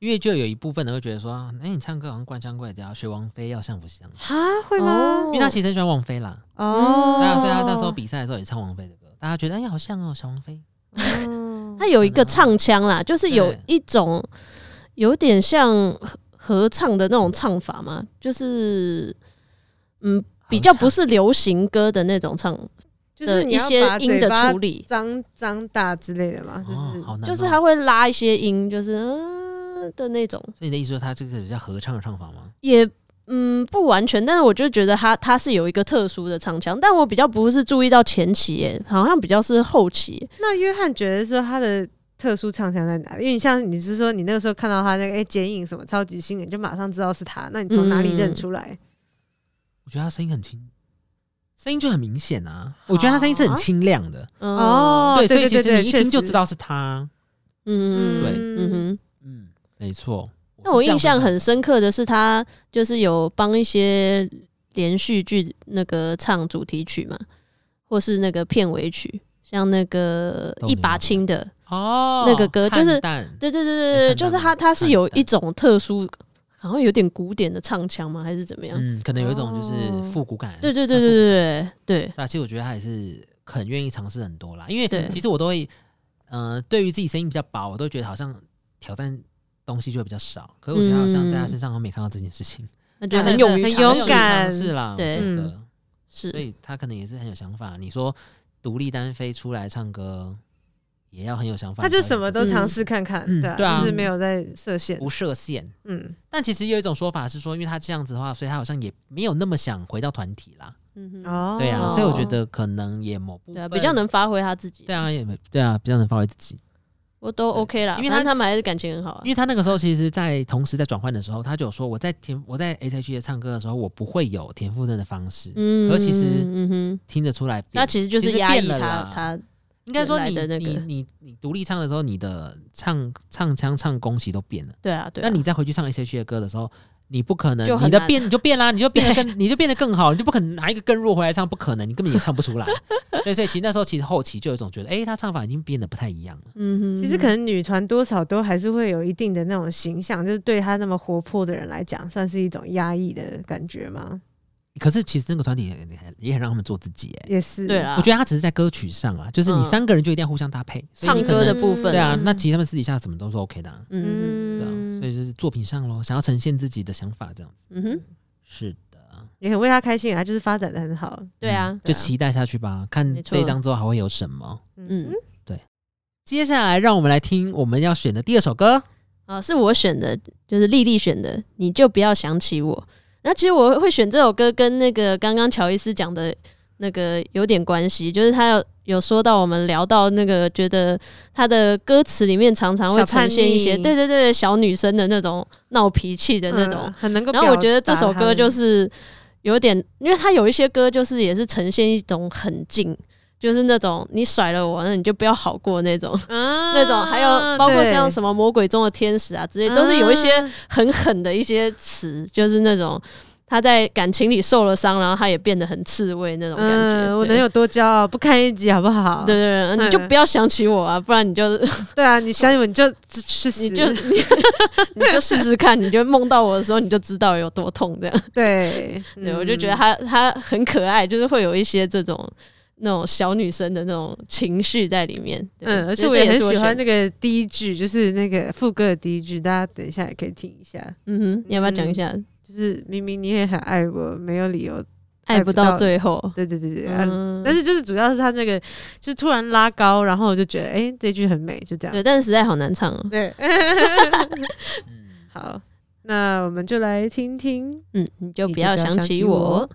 [SPEAKER 2] 因为就有一部分人会觉得说，哎、你唱歌好像怪腔怪调，学王菲要像不像？
[SPEAKER 3] 啊，会吗
[SPEAKER 1] 哦
[SPEAKER 2] 因？为他其实很喜欢王菲啦，
[SPEAKER 3] 哦，
[SPEAKER 2] 那、所以他那时候比赛的时候也唱王菲的歌，大家觉得哎、好像哦，小王菲。嗯
[SPEAKER 3] 哦，
[SPEAKER 1] 他有一个唱腔
[SPEAKER 2] 啊
[SPEAKER 1] 啦，就是有
[SPEAKER 2] 对
[SPEAKER 1] 一种有点像合合唱的那种唱法嘛，就是嗯，比较不是流行歌的那种唱
[SPEAKER 3] 就是
[SPEAKER 1] 的
[SPEAKER 3] 你
[SPEAKER 1] 一
[SPEAKER 3] 要
[SPEAKER 1] 些
[SPEAKER 3] 把
[SPEAKER 1] 音
[SPEAKER 3] 嘴
[SPEAKER 1] 的
[SPEAKER 3] 巴
[SPEAKER 1] 处理，
[SPEAKER 3] 张张大之类的嘛，就是、
[SPEAKER 2] 哦，好难、哦，
[SPEAKER 1] 就是他会拉一些音，就是嗯、呃的那种，
[SPEAKER 2] 所以你的意思说他这个比较合唱的唱法吗？
[SPEAKER 1] 也嗯，不完全，但是我就觉得他他是有一个特殊的唱腔，但我比较不是注意到前期耶，好像比较是后期耶。
[SPEAKER 3] 那约翰觉得说他的特殊唱腔在哪里？因为你像你是说你那个时候看到他那个哎、剪影什么超级星人，你就马上知道是他，那你从哪里认出来？
[SPEAKER 2] 我觉得他声音很清，声音就很明显啊。我觉得他声音是很清亮的，
[SPEAKER 1] 哦，
[SPEAKER 3] 哦，
[SPEAKER 2] 嗯对，所
[SPEAKER 3] 对
[SPEAKER 2] 以其
[SPEAKER 3] 对
[SPEAKER 2] 实
[SPEAKER 3] 对，
[SPEAKER 2] 你一听就
[SPEAKER 3] 确实
[SPEAKER 2] 知。道是他。
[SPEAKER 1] 嗯嗯
[SPEAKER 2] 对
[SPEAKER 1] 嗯哼。
[SPEAKER 2] 嗯，没错。
[SPEAKER 1] 那我
[SPEAKER 2] 是这样
[SPEAKER 1] 印象
[SPEAKER 2] 分
[SPEAKER 1] 很深刻的是，他就是有帮一些连续剧那个唱主题曲嘛，或是那个片尾曲，像那个
[SPEAKER 2] 斗
[SPEAKER 1] 一
[SPEAKER 2] 牛
[SPEAKER 1] 把
[SPEAKER 2] 的
[SPEAKER 1] 青的，
[SPEAKER 2] 哦，
[SPEAKER 1] 那个歌就是
[SPEAKER 2] 汉蛋
[SPEAKER 1] 对对对
[SPEAKER 2] 没
[SPEAKER 1] 对对，
[SPEAKER 2] 看到
[SPEAKER 1] 就是
[SPEAKER 2] 那
[SPEAKER 1] 他
[SPEAKER 2] 个
[SPEAKER 1] 他是有
[SPEAKER 2] 看
[SPEAKER 1] 一
[SPEAKER 2] 淡
[SPEAKER 1] 种特殊，好像有点古典的唱腔吗？还是怎么样？
[SPEAKER 2] 嗯，可能有一种就是
[SPEAKER 3] 哦
[SPEAKER 2] 复古感。
[SPEAKER 1] 对对对
[SPEAKER 2] 很
[SPEAKER 1] 对
[SPEAKER 2] 复古
[SPEAKER 1] 对对
[SPEAKER 2] 对啊，其实我觉得他也是很愿意尝试很多啦，因为
[SPEAKER 1] 对
[SPEAKER 2] 其实我都会，呃，对于自己声音比较薄，我都觉得好像挑战东西就会比较少。可是我觉得好像
[SPEAKER 1] 嗯
[SPEAKER 2] 在他身上我没看到这件事情，
[SPEAKER 1] 那就
[SPEAKER 2] 他
[SPEAKER 1] 很
[SPEAKER 2] 真的啊
[SPEAKER 1] 勇于
[SPEAKER 3] 很
[SPEAKER 1] 尝
[SPEAKER 3] 勇
[SPEAKER 1] 试
[SPEAKER 3] 敢
[SPEAKER 2] 是啦，
[SPEAKER 1] 嗯
[SPEAKER 2] 我
[SPEAKER 1] 对嗯
[SPEAKER 2] 觉得所
[SPEAKER 1] 是
[SPEAKER 2] 以他可能也是很有想法。你说独立单飞出来唱歌，也要很有想法，
[SPEAKER 3] 他就
[SPEAKER 2] 你才
[SPEAKER 3] 什么都
[SPEAKER 2] 能
[SPEAKER 3] 尝试看看，
[SPEAKER 2] 嗯
[SPEAKER 3] 对啊，
[SPEAKER 2] 对啊
[SPEAKER 3] 就是没有在设限，
[SPEAKER 2] 不设限。
[SPEAKER 3] 嗯，
[SPEAKER 2] 但其实有一种说法是说，因为他这样子的话，所以他好像也没有那么想回到团体啦。
[SPEAKER 1] 嗯哼
[SPEAKER 3] 哦，
[SPEAKER 2] 对啊，所以我觉得可能也某部
[SPEAKER 1] 对
[SPEAKER 2] 分、
[SPEAKER 1] 啊，比较能发挥他自己，
[SPEAKER 2] 对啊，也没对啊，比较能发挥自己。
[SPEAKER 1] 我都
[SPEAKER 2] 对
[SPEAKER 1] OK 啦，
[SPEAKER 2] 因为
[SPEAKER 1] 反
[SPEAKER 2] 他
[SPEAKER 1] 正他们还是感情很好啊
[SPEAKER 2] 因。为他那个时候其实，在同时在转换的时候，他就有说我在田我在 S H E 唱歌的时候，我不会有田馥甄的方式，
[SPEAKER 1] 嗯
[SPEAKER 2] 而其实
[SPEAKER 1] 嗯哼，
[SPEAKER 2] 听得出来变。
[SPEAKER 1] 那其实就
[SPEAKER 2] 其
[SPEAKER 1] 是
[SPEAKER 2] 实
[SPEAKER 1] 压抑
[SPEAKER 2] 变了
[SPEAKER 1] 他
[SPEAKER 2] 啦
[SPEAKER 1] 他
[SPEAKER 2] 应该说你
[SPEAKER 1] 原来的那
[SPEAKER 2] 你
[SPEAKER 1] 个
[SPEAKER 2] 你你独立唱的时候，你的唱唱腔唱功其实都变了。
[SPEAKER 1] 对啊对
[SPEAKER 2] 那
[SPEAKER 1] 啊，
[SPEAKER 2] 你再回去唱 S H E 的歌的时候，你不可能
[SPEAKER 1] 就很
[SPEAKER 2] 你的
[SPEAKER 1] 难
[SPEAKER 2] 变你就变啦，你就 变得更你就变得更好，你就不可能拿一个更弱回来唱，不可能，你根本也唱不 出来。对，所以其实那时候其实后期就有一种觉得，哎、他唱法已经变得不太一样了。
[SPEAKER 1] 嗯哼，
[SPEAKER 3] 其实可能女团多少都还是会有一定的那种形象，就是对她那么活泼的人来讲，算是一种压抑的感觉吗？
[SPEAKER 2] 可是其实那个团体也也很也很让他们做自己、哎。
[SPEAKER 3] 也是，
[SPEAKER 1] 对，啦，
[SPEAKER 2] 我觉得他只是在歌曲上啊，就是你
[SPEAKER 1] 啊嗯
[SPEAKER 2] 三个人就一定要互相搭配，所以
[SPEAKER 1] 唱
[SPEAKER 2] 你可
[SPEAKER 1] 歌的
[SPEAKER 2] 能
[SPEAKER 1] 部分
[SPEAKER 2] 对啊
[SPEAKER 3] 嗯，
[SPEAKER 2] 那其实他们私底下什么都是 OK 的、啊，
[SPEAKER 1] 嗯
[SPEAKER 2] 对啊，所以就是作品上咯，想要呈现自己的想法这样子。
[SPEAKER 1] 嗯哼，
[SPEAKER 2] 是的，
[SPEAKER 3] 也很为她开心啊，就是发展的很好，
[SPEAKER 1] 对啊
[SPEAKER 2] 嗯，就期待下去吧，看
[SPEAKER 1] 没错
[SPEAKER 2] 这一张之后还会有什么。
[SPEAKER 1] 嗯
[SPEAKER 2] 接下来让我们来听我们要选的第二首歌，
[SPEAKER 1] 啊，是我选的，就是丽丽选的，你就不要想起我。那其实我会选这首歌，跟那个刚刚乔伊斯讲的那个有点关系，就是他有有说到我们聊到那个，觉得他的歌词里面常常会
[SPEAKER 3] 小叛
[SPEAKER 1] 呈现一些
[SPEAKER 3] 逆
[SPEAKER 1] 对对对小女生的那种闹脾气的那种。
[SPEAKER 3] 嗯很能够。
[SPEAKER 1] 然后我觉得这首歌就，是有点，因为它有一些歌就是也是呈现一种很近，就是那种你甩了我，那你就不要好过那种。
[SPEAKER 3] 啊
[SPEAKER 1] 那种，还有包括像什
[SPEAKER 3] 么，
[SPEAKER 1] 么魔鬼中的天使啊之类，都是有一些
[SPEAKER 3] 啊
[SPEAKER 1] 很狠的一些词，就是那种他在感情里受了伤，然后他也变得很刺猬那种感觉。
[SPEAKER 3] 嗯，我
[SPEAKER 1] 对
[SPEAKER 3] 能有多骄傲？不堪一击，好不好？
[SPEAKER 1] 对对对，你就不要想起我啊，不然你就
[SPEAKER 3] 对啊，你想你们就去死，
[SPEAKER 1] 你就你你就试试看，你就梦到我的时候你就知道有多痛 这样。
[SPEAKER 3] 对，
[SPEAKER 1] 对，
[SPEAKER 3] 嗯
[SPEAKER 1] 我就觉得他他很可爱，就是会有一些这种。那种小女生的那种情绪在里面，对
[SPEAKER 3] 嗯，而且
[SPEAKER 1] 所以
[SPEAKER 3] 我
[SPEAKER 1] 这
[SPEAKER 3] 也很
[SPEAKER 1] 是
[SPEAKER 3] 喜
[SPEAKER 1] 选
[SPEAKER 3] 欢那个第一句，就是那个副歌的第一句，大家等一下也可以听一下。
[SPEAKER 1] 嗯哼，你要不要讲一下？
[SPEAKER 3] 就是明明你也很爱我，没有理由。
[SPEAKER 1] 爱不
[SPEAKER 3] 爱不
[SPEAKER 1] 到
[SPEAKER 3] 到
[SPEAKER 1] 最后，
[SPEAKER 3] 对对对对，啊
[SPEAKER 1] 嗯
[SPEAKER 3] 但是就是主要是他那个，就是突然拉高，然后我就觉得，哎、这句很美，就这样。
[SPEAKER 1] 对，但是实在好难唱哦。
[SPEAKER 3] 对，
[SPEAKER 2] 嗯
[SPEAKER 3] 好，那我们就来听听。
[SPEAKER 1] 嗯，你就
[SPEAKER 3] 你
[SPEAKER 1] 不
[SPEAKER 3] 就
[SPEAKER 1] 要
[SPEAKER 3] 不要
[SPEAKER 1] 想
[SPEAKER 3] 想
[SPEAKER 1] 起
[SPEAKER 3] 起
[SPEAKER 1] 我
[SPEAKER 3] 我。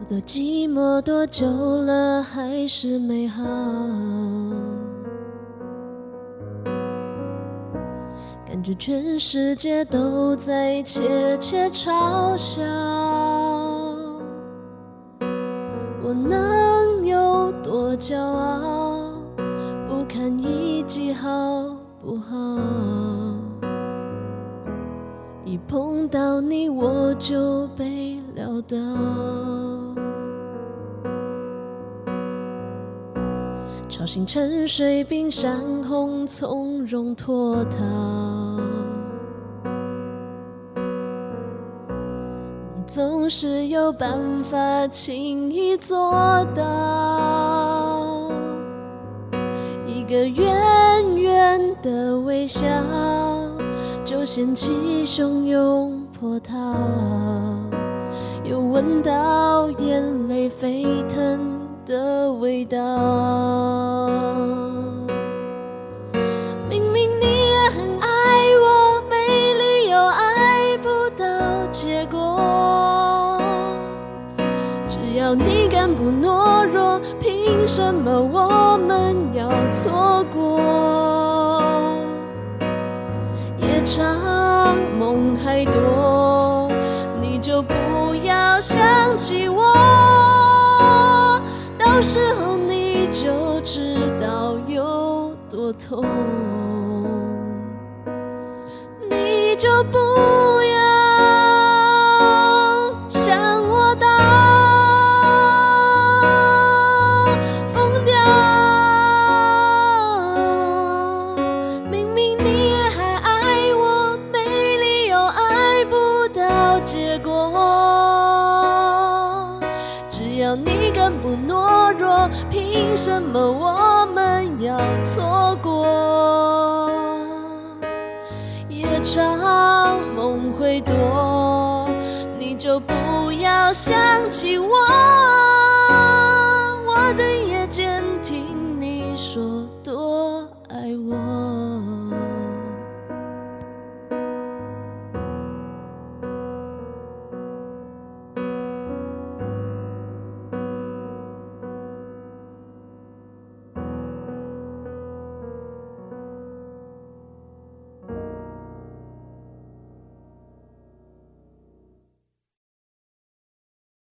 [SPEAKER 5] 我都寂寞多久了，还是美好？感觉全世界都在窃窃嘲笑，我能有多骄傲？不堪一击，好不好？一碰到你我就被撂倒。潮心沉睡，冰山红，从容脱逃。你总是有办法轻易做到，一个远远的微笑。就掀起汹涌波涛，又闻到眼泪沸腾的的味道。明明你也很爱我，没理由爱不到结果。只要你敢不懦弱，凭什么我们要错过？夜长梦还多，你就不要想起我，到时候你就知道有多痛。你就不要想我到疯掉。明明你也还爱我，没理由爱不到结果。只要你敢不懦弱，凭什么我们要错过？夜长梦会多，你就不要想起我。我的夜间听你说多爱我。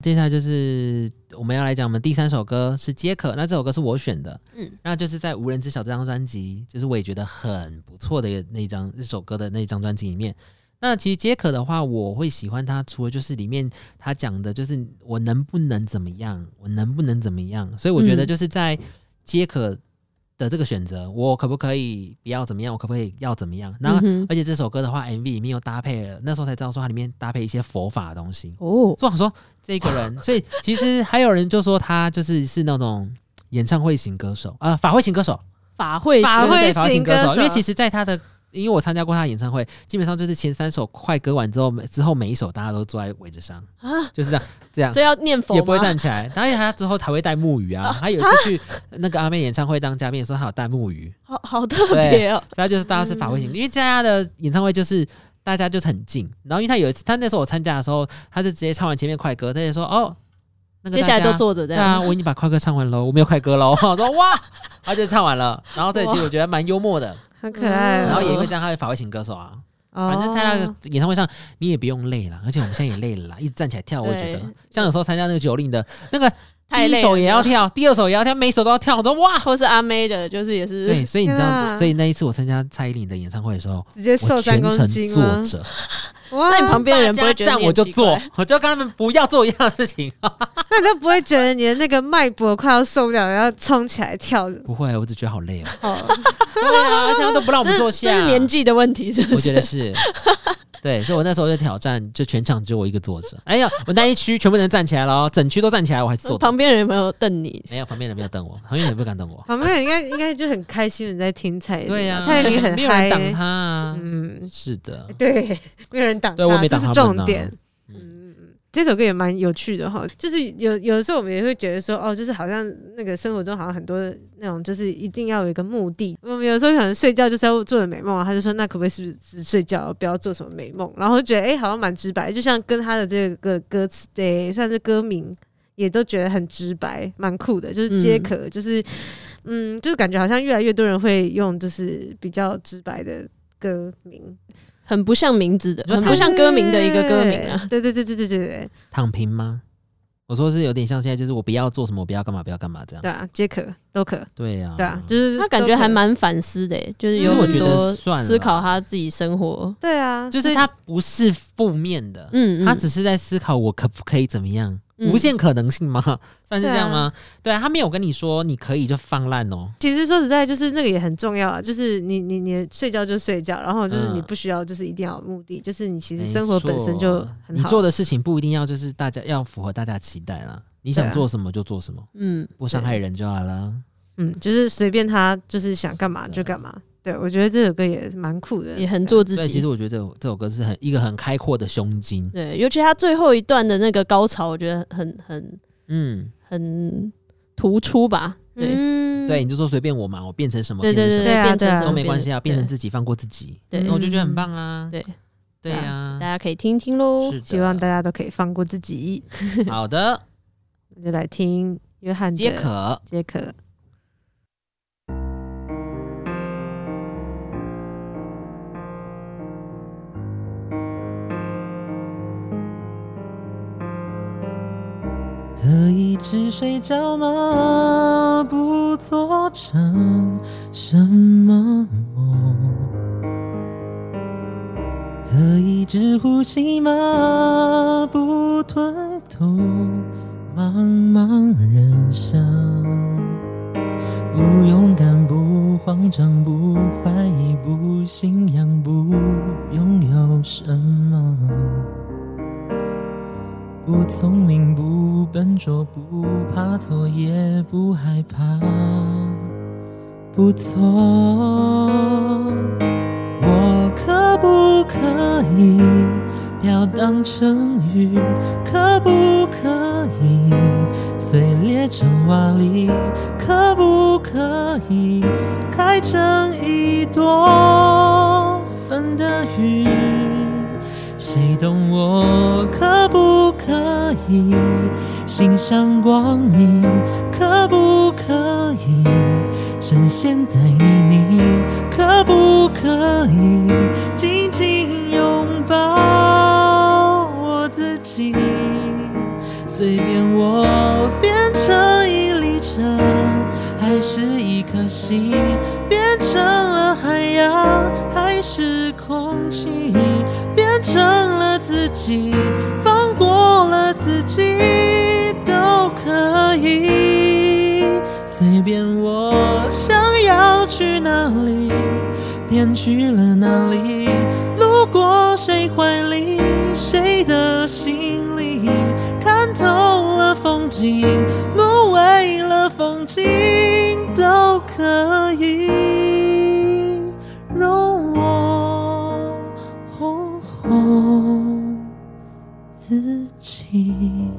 [SPEAKER 2] 接下来就是我们要来讲我们第三首歌是《接客》，那这首歌是我选的，
[SPEAKER 1] 嗯
[SPEAKER 2] 嗯，那就是在《无人知晓》这张专辑，就是我也觉得很不错的那一张这首歌的那一张专辑里面。那其实《接客》的话，我会喜欢它，除了就是里面他讲的，就是我能不能怎么样，我能不能怎么样，所以我觉得
[SPEAKER 1] 嗯
[SPEAKER 2] 就是在《接客》的这个选择，我可不可以不要怎么样，我可不可以要怎么样？那、
[SPEAKER 1] 嗯哼
[SPEAKER 2] 而且这首歌的话，MV 里面又搭配了，那时候才知道说它里面搭配一些佛法的东西。
[SPEAKER 1] 哦，
[SPEAKER 2] 所以我想说这个人，所以其实还有人就说他就是是那种演唱会型歌手，呃，法会型歌手，
[SPEAKER 1] 法会
[SPEAKER 2] 对
[SPEAKER 3] 法
[SPEAKER 1] 型
[SPEAKER 2] 对
[SPEAKER 3] 会
[SPEAKER 2] 对法会
[SPEAKER 3] 型
[SPEAKER 2] 型
[SPEAKER 3] 歌
[SPEAKER 2] 歌
[SPEAKER 3] 手
[SPEAKER 2] 因为其实，在他的，因为我参加过他的演唱会，基本上就是前三首快歌完之后，每之后每一首大家都坐在位置上，
[SPEAKER 1] 啊，
[SPEAKER 2] 就是这样这样。
[SPEAKER 1] 所以要念佛
[SPEAKER 2] 也不会
[SPEAKER 1] 吗
[SPEAKER 2] 站起来，而且他之后还会带木鱼啊。他有一次去那个阿妹演唱会当嘉宾的时候，他有带木鱼，
[SPEAKER 1] 好好特别哦，
[SPEAKER 2] 所以他就是大家是法会型，
[SPEAKER 1] 嗯
[SPEAKER 2] 因为在他的演唱会就是大家就是很近。然后因为他有一次，他那时候我参加的时候，他是直接唱完前面快歌，他就说哦，那个
[SPEAKER 1] 接下来
[SPEAKER 2] 大家
[SPEAKER 1] 都坐着这
[SPEAKER 2] 对啊，
[SPEAKER 1] 样，
[SPEAKER 2] 我已经把快歌唱完喽，我没有快歌喽。 我说哇，他就唱完了。然后这一集
[SPEAKER 1] 哇嗯
[SPEAKER 2] 我觉得蛮幽默的，
[SPEAKER 3] 很可爱哦。
[SPEAKER 2] 然后也因为这样，他是法会型歌手啊。
[SPEAKER 3] 哦
[SPEAKER 2] 反正在那个演唱会上，你也不用累了，而且我们现在也累了啦，一直站起来跳，我
[SPEAKER 1] 对
[SPEAKER 2] 觉得像有时候参加那个九令的那个第
[SPEAKER 1] 太
[SPEAKER 2] 一
[SPEAKER 1] 累
[SPEAKER 2] 首
[SPEAKER 1] 了
[SPEAKER 2] 也要跳，第二首也要跳，每一首都要跳。我说哇，
[SPEAKER 1] 或是阿妹的，就是也
[SPEAKER 2] 对，
[SPEAKER 1] 是
[SPEAKER 2] 所以你知
[SPEAKER 3] 天啊
[SPEAKER 2] 道，所以那一次我参加蔡依林的演唱会的时候，
[SPEAKER 3] 直接瘦
[SPEAKER 2] 我
[SPEAKER 3] 三
[SPEAKER 2] 全
[SPEAKER 3] 公
[SPEAKER 2] 程
[SPEAKER 3] 斤
[SPEAKER 2] 坐
[SPEAKER 3] 吗？
[SPEAKER 2] 着，
[SPEAKER 3] 哇，
[SPEAKER 1] 那你旁边的人不会
[SPEAKER 2] 大
[SPEAKER 1] 觉
[SPEAKER 2] 家
[SPEAKER 1] 得
[SPEAKER 2] 站
[SPEAKER 1] 你
[SPEAKER 2] 我
[SPEAKER 1] 很
[SPEAKER 2] 就
[SPEAKER 1] 奇怪
[SPEAKER 2] 坐，我就要跟他们不要做一样的事情。
[SPEAKER 3] 那你都不会觉得你的那个脉搏快要受不了，然后冲起来跳？
[SPEAKER 2] 不会，我只觉得好累哦。
[SPEAKER 3] 哦，
[SPEAKER 2] 对啊，而且他们都不让我
[SPEAKER 1] 这
[SPEAKER 2] 们
[SPEAKER 1] 是
[SPEAKER 2] 坐
[SPEAKER 1] 这是
[SPEAKER 2] 下。
[SPEAKER 1] 年纪的问题，是不
[SPEAKER 2] 我觉
[SPEAKER 1] 是？
[SPEAKER 2] 得是。对，所以我那时候就挑战，就全场只有我一个坐着。哎呀，我那一区全部人站起来了哦，整区都站起来，我还是坐着。
[SPEAKER 1] 旁边人有没有瞪你？
[SPEAKER 2] 没有，旁边人没有瞪我，旁边人不敢瞪 我。
[SPEAKER 3] 旁边人 应该应该就很开心的在听蔡依林吧，
[SPEAKER 2] 对啊呀、
[SPEAKER 3] 蔡依林很
[SPEAKER 2] 没有
[SPEAKER 3] 嗨
[SPEAKER 2] 人
[SPEAKER 3] 欸
[SPEAKER 2] 挡他啊。
[SPEAKER 3] 嗯，
[SPEAKER 2] 是的，
[SPEAKER 3] 对，没有人挡他，
[SPEAKER 2] 对我没挡
[SPEAKER 3] 这
[SPEAKER 2] 他
[SPEAKER 3] 是
[SPEAKER 2] 们
[SPEAKER 3] 重
[SPEAKER 2] 啊
[SPEAKER 3] 点。
[SPEAKER 2] 嗯
[SPEAKER 3] 嗯，这首歌也蛮有趣的哈，就是有有的时候我们也会觉得说，哦，就是好像那个生活中好像很多的那种，就是一定要有一个目的。我们有时候可能睡觉就是要做的美梦啊，他就说那可不可以是不是只睡觉，不要做什么美梦？然后就觉得哎、诶好像蛮直白，就像跟他的这个歌词，对，算是歌名。也都觉得很直白，蛮酷的，就是接
[SPEAKER 1] 嗯
[SPEAKER 3] 壳，就是，嗯，就是感觉好像越来越多人会用，就是比较直白的歌名，
[SPEAKER 1] 很不像名字的，
[SPEAKER 2] 你说
[SPEAKER 1] 很
[SPEAKER 2] 他
[SPEAKER 1] 不像歌名的一个歌名啊。
[SPEAKER 3] 对对对对对对对，
[SPEAKER 2] 躺平吗？我说是有点像现在，就是我不要做什么，我不要干嘛，不要干嘛这样
[SPEAKER 3] 对。啊，皆可都可，
[SPEAKER 2] 对呀、
[SPEAKER 3] 对啊，就是
[SPEAKER 1] 他感觉还蛮反思的、就是有
[SPEAKER 3] 嗯
[SPEAKER 1] 很
[SPEAKER 3] 我觉
[SPEAKER 1] 多
[SPEAKER 2] 得算了
[SPEAKER 1] 思考他自己生活。
[SPEAKER 3] 对啊，
[SPEAKER 2] 就是他不是负面的，
[SPEAKER 1] 嗯，嗯
[SPEAKER 2] 他只是在思考我可不可以怎么样，
[SPEAKER 1] 嗯
[SPEAKER 2] 无限可能性吗？ 算是这样吗？对啊，他没有跟你说你可以就放烂哦，
[SPEAKER 3] 其实说实在，就是那个也很重要啊，就是你你你睡觉就睡觉，然后就是
[SPEAKER 2] 嗯
[SPEAKER 3] 你不需要就是一定要有目的，就是你其实
[SPEAKER 2] 没
[SPEAKER 3] 生活本身就
[SPEAKER 2] 错啊
[SPEAKER 3] 很
[SPEAKER 2] 你
[SPEAKER 3] 好。
[SPEAKER 2] 做的事情不一定要就是大家要符合大家期待啦，你
[SPEAKER 3] 对
[SPEAKER 2] 想
[SPEAKER 3] 啊
[SPEAKER 2] 做什么就做什么，
[SPEAKER 1] 嗯，
[SPEAKER 2] 不伤害人就好了。
[SPEAKER 3] 嗯，就是随便他就是想干嘛就干嘛。对，我觉得这首歌也蛮酷的，
[SPEAKER 1] 也很做自
[SPEAKER 2] 所以其
[SPEAKER 1] 己
[SPEAKER 2] 实。我觉得这首这首歌是很一个很开阔的胸襟，
[SPEAKER 1] 对，尤其他最后一段的那个高潮，我觉得很很
[SPEAKER 2] 嗯，
[SPEAKER 1] 很突出吧？对、
[SPEAKER 3] 嗯
[SPEAKER 4] 对，你就说随便我嘛，我变成什么
[SPEAKER 1] 对对
[SPEAKER 4] 变成
[SPEAKER 1] 对
[SPEAKER 4] 什
[SPEAKER 1] 对，
[SPEAKER 4] 么
[SPEAKER 3] 对啊
[SPEAKER 1] 变成
[SPEAKER 3] 对啊嗯
[SPEAKER 1] 什么
[SPEAKER 4] 都没关系啊，变成
[SPEAKER 1] 己。
[SPEAKER 4] 自己，放过自己，
[SPEAKER 1] 对
[SPEAKER 4] 那我就觉得很棒啊。
[SPEAKER 1] 对
[SPEAKER 4] 对
[SPEAKER 2] 啊
[SPEAKER 4] 呀
[SPEAKER 1] 大，家可以听听喽
[SPEAKER 4] 是。的
[SPEAKER 3] 啊希望大家都可以放过自己，
[SPEAKER 4] 好的，
[SPEAKER 3] 那就来听约翰的
[SPEAKER 4] 皆可。
[SPEAKER 3] 杰克。
[SPEAKER 4] 可以只睡觉吗？不做成什么梦？可以只呼吸吗？不吞吐茫茫人生。不勇敢，不慌张，不怀疑，不信仰，不拥有什么。不聪明，不笨拙，不怕错，也不害怕，不错。我可不可以飘荡成雨？可不可以碎裂成瓦砾？可不可以开成一朵粉的云？谁懂我可不可以心向光明？可不可以深陷在泥泞？可不可以紧紧拥抱我自己？随便我变成一粒尘，还是一颗星，变成了海洋，还是空气，变成了自己，放过了自己都可以。随便我想要去哪里，便去了哪里，路过谁怀里，谁的心里，看透了风景，沦为了风景，都可以。容我哄哄自己。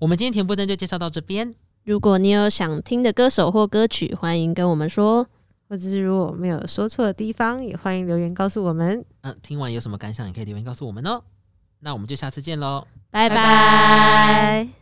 [SPEAKER 4] 我们今天田馥甄就介绍到这边。
[SPEAKER 1] 如果你有想听的歌手或歌曲，欢迎跟我们说。
[SPEAKER 3] 或者是如果我没有说错的地方，也欢迎留言告诉我们。
[SPEAKER 4] 嗯、听完有什么感想，也可以留言告诉我们哦。那我们就下次见喽。
[SPEAKER 1] 拜拜
[SPEAKER 4] 拜
[SPEAKER 3] 拜。